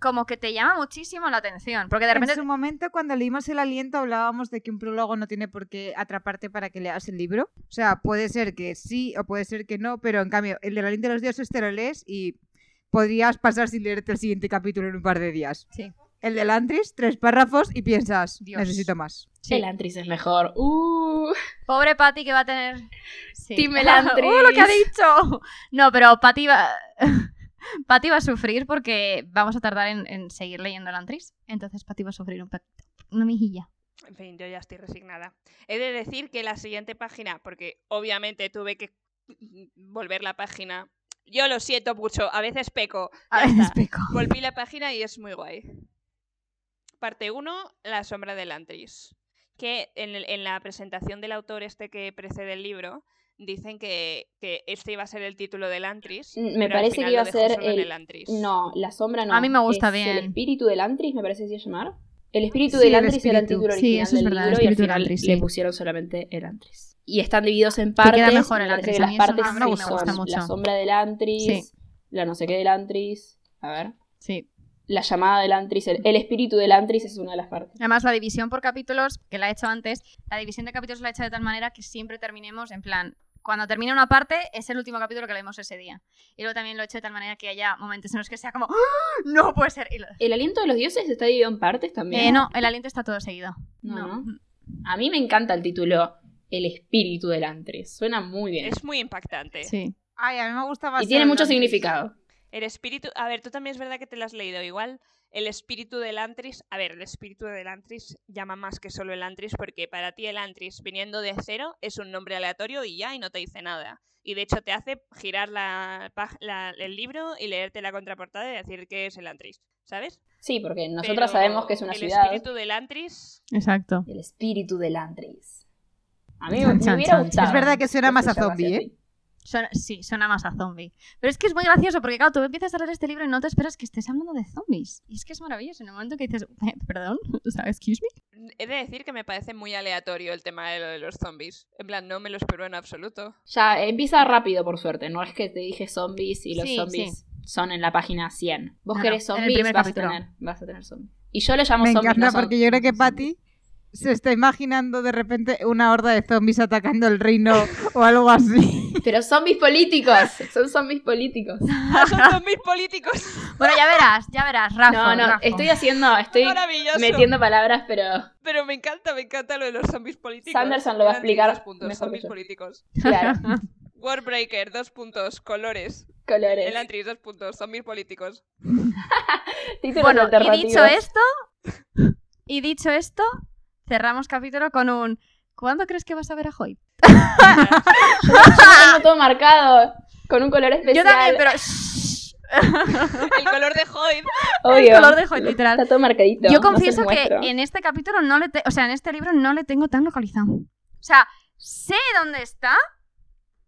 como que te llama muchísimo la atención. Porque de repente
En su momento, cuando leímos El Aliento, hablábamos de que un prólogo no tiene por qué atraparte para que leas el libro. O sea, puede ser que sí o puede ser que no, pero en cambio, el del Aliento de los Dioses te lo lees y podrías pasar sin leerte el siguiente capítulo en un par de días.
Sí.
El del Antris, tres párrafos y piensas,
Dios.
necesito más.
Sí.
El Antris es mejor. Uh,
Pobre Patty que va a tener.
Sí.
Team Elantris.
¡Uh, lo que ha dicho! No, pero Patty va. Patty va a sufrir porque vamos a tardar en, en seguir leyendo Elantris. Entonces Patty va a sufrir un poquito. Una mejilla.
En fin, yo ya estoy resignada. He de decir que la siguiente página, porque obviamente tuve que volver la página. Yo lo siento mucho, a veces peco.
A
Ya
ver,
está.
explico.
Volví la página y es muy guay. Parte 1, La sombra del Antris. Que en, el- en la presentación del autor este que precede el libro, dicen que, que este iba a ser el título del Antris.
Mm, me
pero al
parece
final
que iba
lo
a
dejó
ser
solo en
el-
Antris.
no, la sombra no.
A mí me gusta
Es El
bien.
espíritu del Antris, me parece que se iba a llamar. El espíritu
Sí,
del
el
Antris era el
espíritu.
título
Sí,
original
eso es
del
verdad, el
libro y al
espíritu del
final
Antris,
le
sí.
pusieron solamente el Antris. Y están divididos en
queda
partes.
mejor el
me parece
Antris,
que
a mí
las
eso
partes
me- me gusta
son
mucho.
la sombra del Antris,
Sí.
la no sé qué del Antris. A ver.
Sí.
La llamada del Antris, el, el espíritu del Antris es una de las partes.
Además, la división por capítulos, que la he hecho antes, la división de capítulos la he hecho de tal manera que siempre terminemos en plan. Cuando termina una parte, es el último capítulo que leemos ese día. Y luego también lo he hecho de tal manera que haya momentos en los que sea como, "¡Ah! ¡No puede ser! Y lo-
¿El aliento de los dioses está dividido en partes también?
Eh, no, el aliento está todo seguido.
No,
No. Mm.
A mí me encanta el título El espíritu del Antris. Suena muy bien.
Es muy impactante.
Sí.
Ay, a mí me gusta más.
y tiene
el
mucho
Elantris.
significado.
El espíritu. A ver, tú también es verdad que te lo has leído. Igual el espíritu del Antris. A ver, el espíritu del Antris llama más que solo el Antris, porque para ti el Antris, viniendo de cero, es un nombre aleatorio y ya, y no te dice nada. Y de hecho te hace girar la, pag- la- el libro y leerte la contraportada y decir que es el Antris, ¿sabes?
Sí, porque nosotras
Pero
sabemos que es una
el
ciudad.
espíritu del Antris.
Exacto.
El espíritu del Antris. A mí
Chan,
me,
chan,
hubiera
chan.
gustado.
Es verdad que suena más a
escucharlo así
zombie, ¿eh?
así.
Suena- sí, suena más a zombie. Pero es que es muy gracioso porque, claro, tú empiezas a leer este libro y no te esperas que estés hablando de zombies. Y es que es maravilloso. En el momento que dices, "Eh, perdón, o sea, excuse me.
He de decir que me parece muy aleatorio el tema de lo de los zombies. En plan, no me lo espero en absoluto.
Ya empieza rápido, por suerte. No es que te dije zombies y los
Sí,
zombies son en la página 100. Vos
No, no,
querés
en el
zombies,
primer
vas
capítulo.
a, tener, vas a tener zombies. Y yo le llamo
Me
zombies.
encanta
no son-
porque yo creo que
no son
Patty se está imaginando de repente una horda de zombies atacando el reino o algo así.
zombies. Pero zombies políticos. Son zombies políticos.
¡Ah, son zombies políticos!
Bueno, ya verás, ya verás, Rafa.
No, no,
Rafa.
estoy haciendo, estoy
¡Maravilloso!
metiendo palabras, pero
Pero me encanta, me encanta lo de los zombies políticos.
Sanderson lo va a
Eran
explicar
dos puntos,
mejor
zombies
que yo.
políticos.
claro,
Warbreaker, dos puntos, colores.
colores.
El Antris, dos puntos, zombies políticos.
Títulos
Bueno, y
alternativos.
dicho esto, y dicho esto, cerramos capítulo con un ¿Cuándo crees que vas a ver a Hoy?
Yo lo tengo todo marcado con un color especial.
Yo también, pero shh,
El color de Hoyd.
Obvio.
el color de Hoyt, literal.
Está todo marcadito.
Yo
no se
confieso
lo
que
muestro.
en este capítulo no le, te- o sea, en este libro no le tengo tan localizado. O sea, sé dónde está,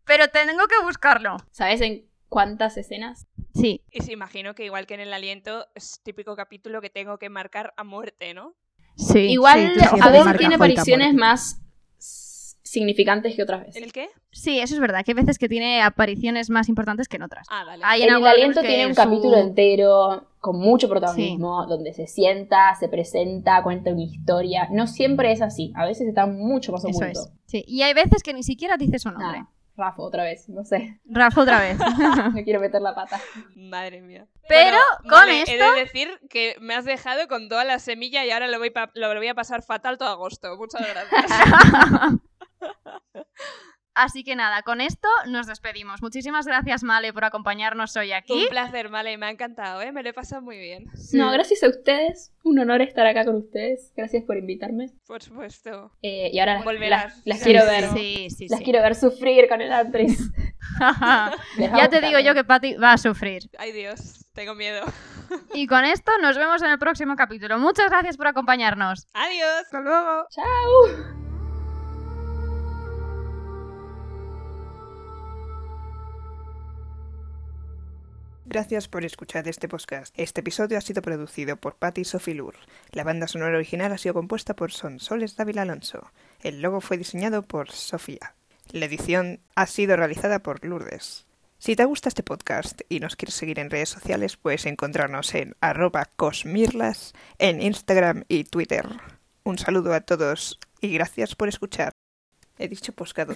pero tengo que buscarlo.
¿Sabes en cuántas escenas?
Sí,
Y se imagino que igual que en el aliento, es típico capítulo que tengo que marcar a muerte, ¿no?
Sí.
Igual
tú siempre
a veces
marcas
tiene
Hoyt a
apariciones
muerte.
más s- significantes que otras veces.
¿El qué?
sí, eso es verdad, que hay veces que tiene apariciones más importantes que en otras.
Ah, vale.
Hay
En el
algunos
aliento
que
tiene un
su-
capítulo entero con mucho protagonismo, donde se sienta, se presenta, cuenta una historia. No siempre es así, a veces está mucho más
Eso
oculto.
es. Sí, y hay veces que ni siquiera dices su nombre.
Nada, Rafa, otra vez, no sé,
Rafa otra vez.
no quiero meter la pata.
Madre mía.
Pero
Bueno,
con
vale,
esto
He de decir que me has dejado con toda la semilla y ahora lo voy, pa- lo voy a pasar fatal todo agosto. Muchas gracias.
Así que nada, con esto nos despedimos. Muchísimas gracias, Male, por acompañarnos hoy aquí.
Un placer, Male, me ha encantado, ¿eh? Me lo he pasado muy bien.
No, gracias a ustedes, un honor estar acá con ustedes, gracias por invitarme.
Por supuesto.
Eh, y ahora las,
Volverás.
las- las
Sí,
quiero
sí,
ver,
Sí, sí,
las
sí.
quiero ver sufrir con el actriz.
ya te digo yo que Patty va a sufrir.
Ay, Dios, tengo miedo.
Y con esto nos vemos en el próximo capítulo. Muchas gracias por acompañarnos.
Adiós.
Hasta luego.
¡Chao!
Gracias por escuchar este podcast. Este episodio ha sido producido por Patty Sofilur. La banda sonora original ha sido compuesta por Sonsoles Dávila Alonso. El logo fue diseñado por Sofía. La edición ha sido realizada por Lourdes. Si te gusta este podcast y nos quieres seguir en redes sociales, puedes encontrarnos en arroba cosmirlas en Instagram y Twitter. Un saludo a todos y gracias por escuchar. He dicho poscado.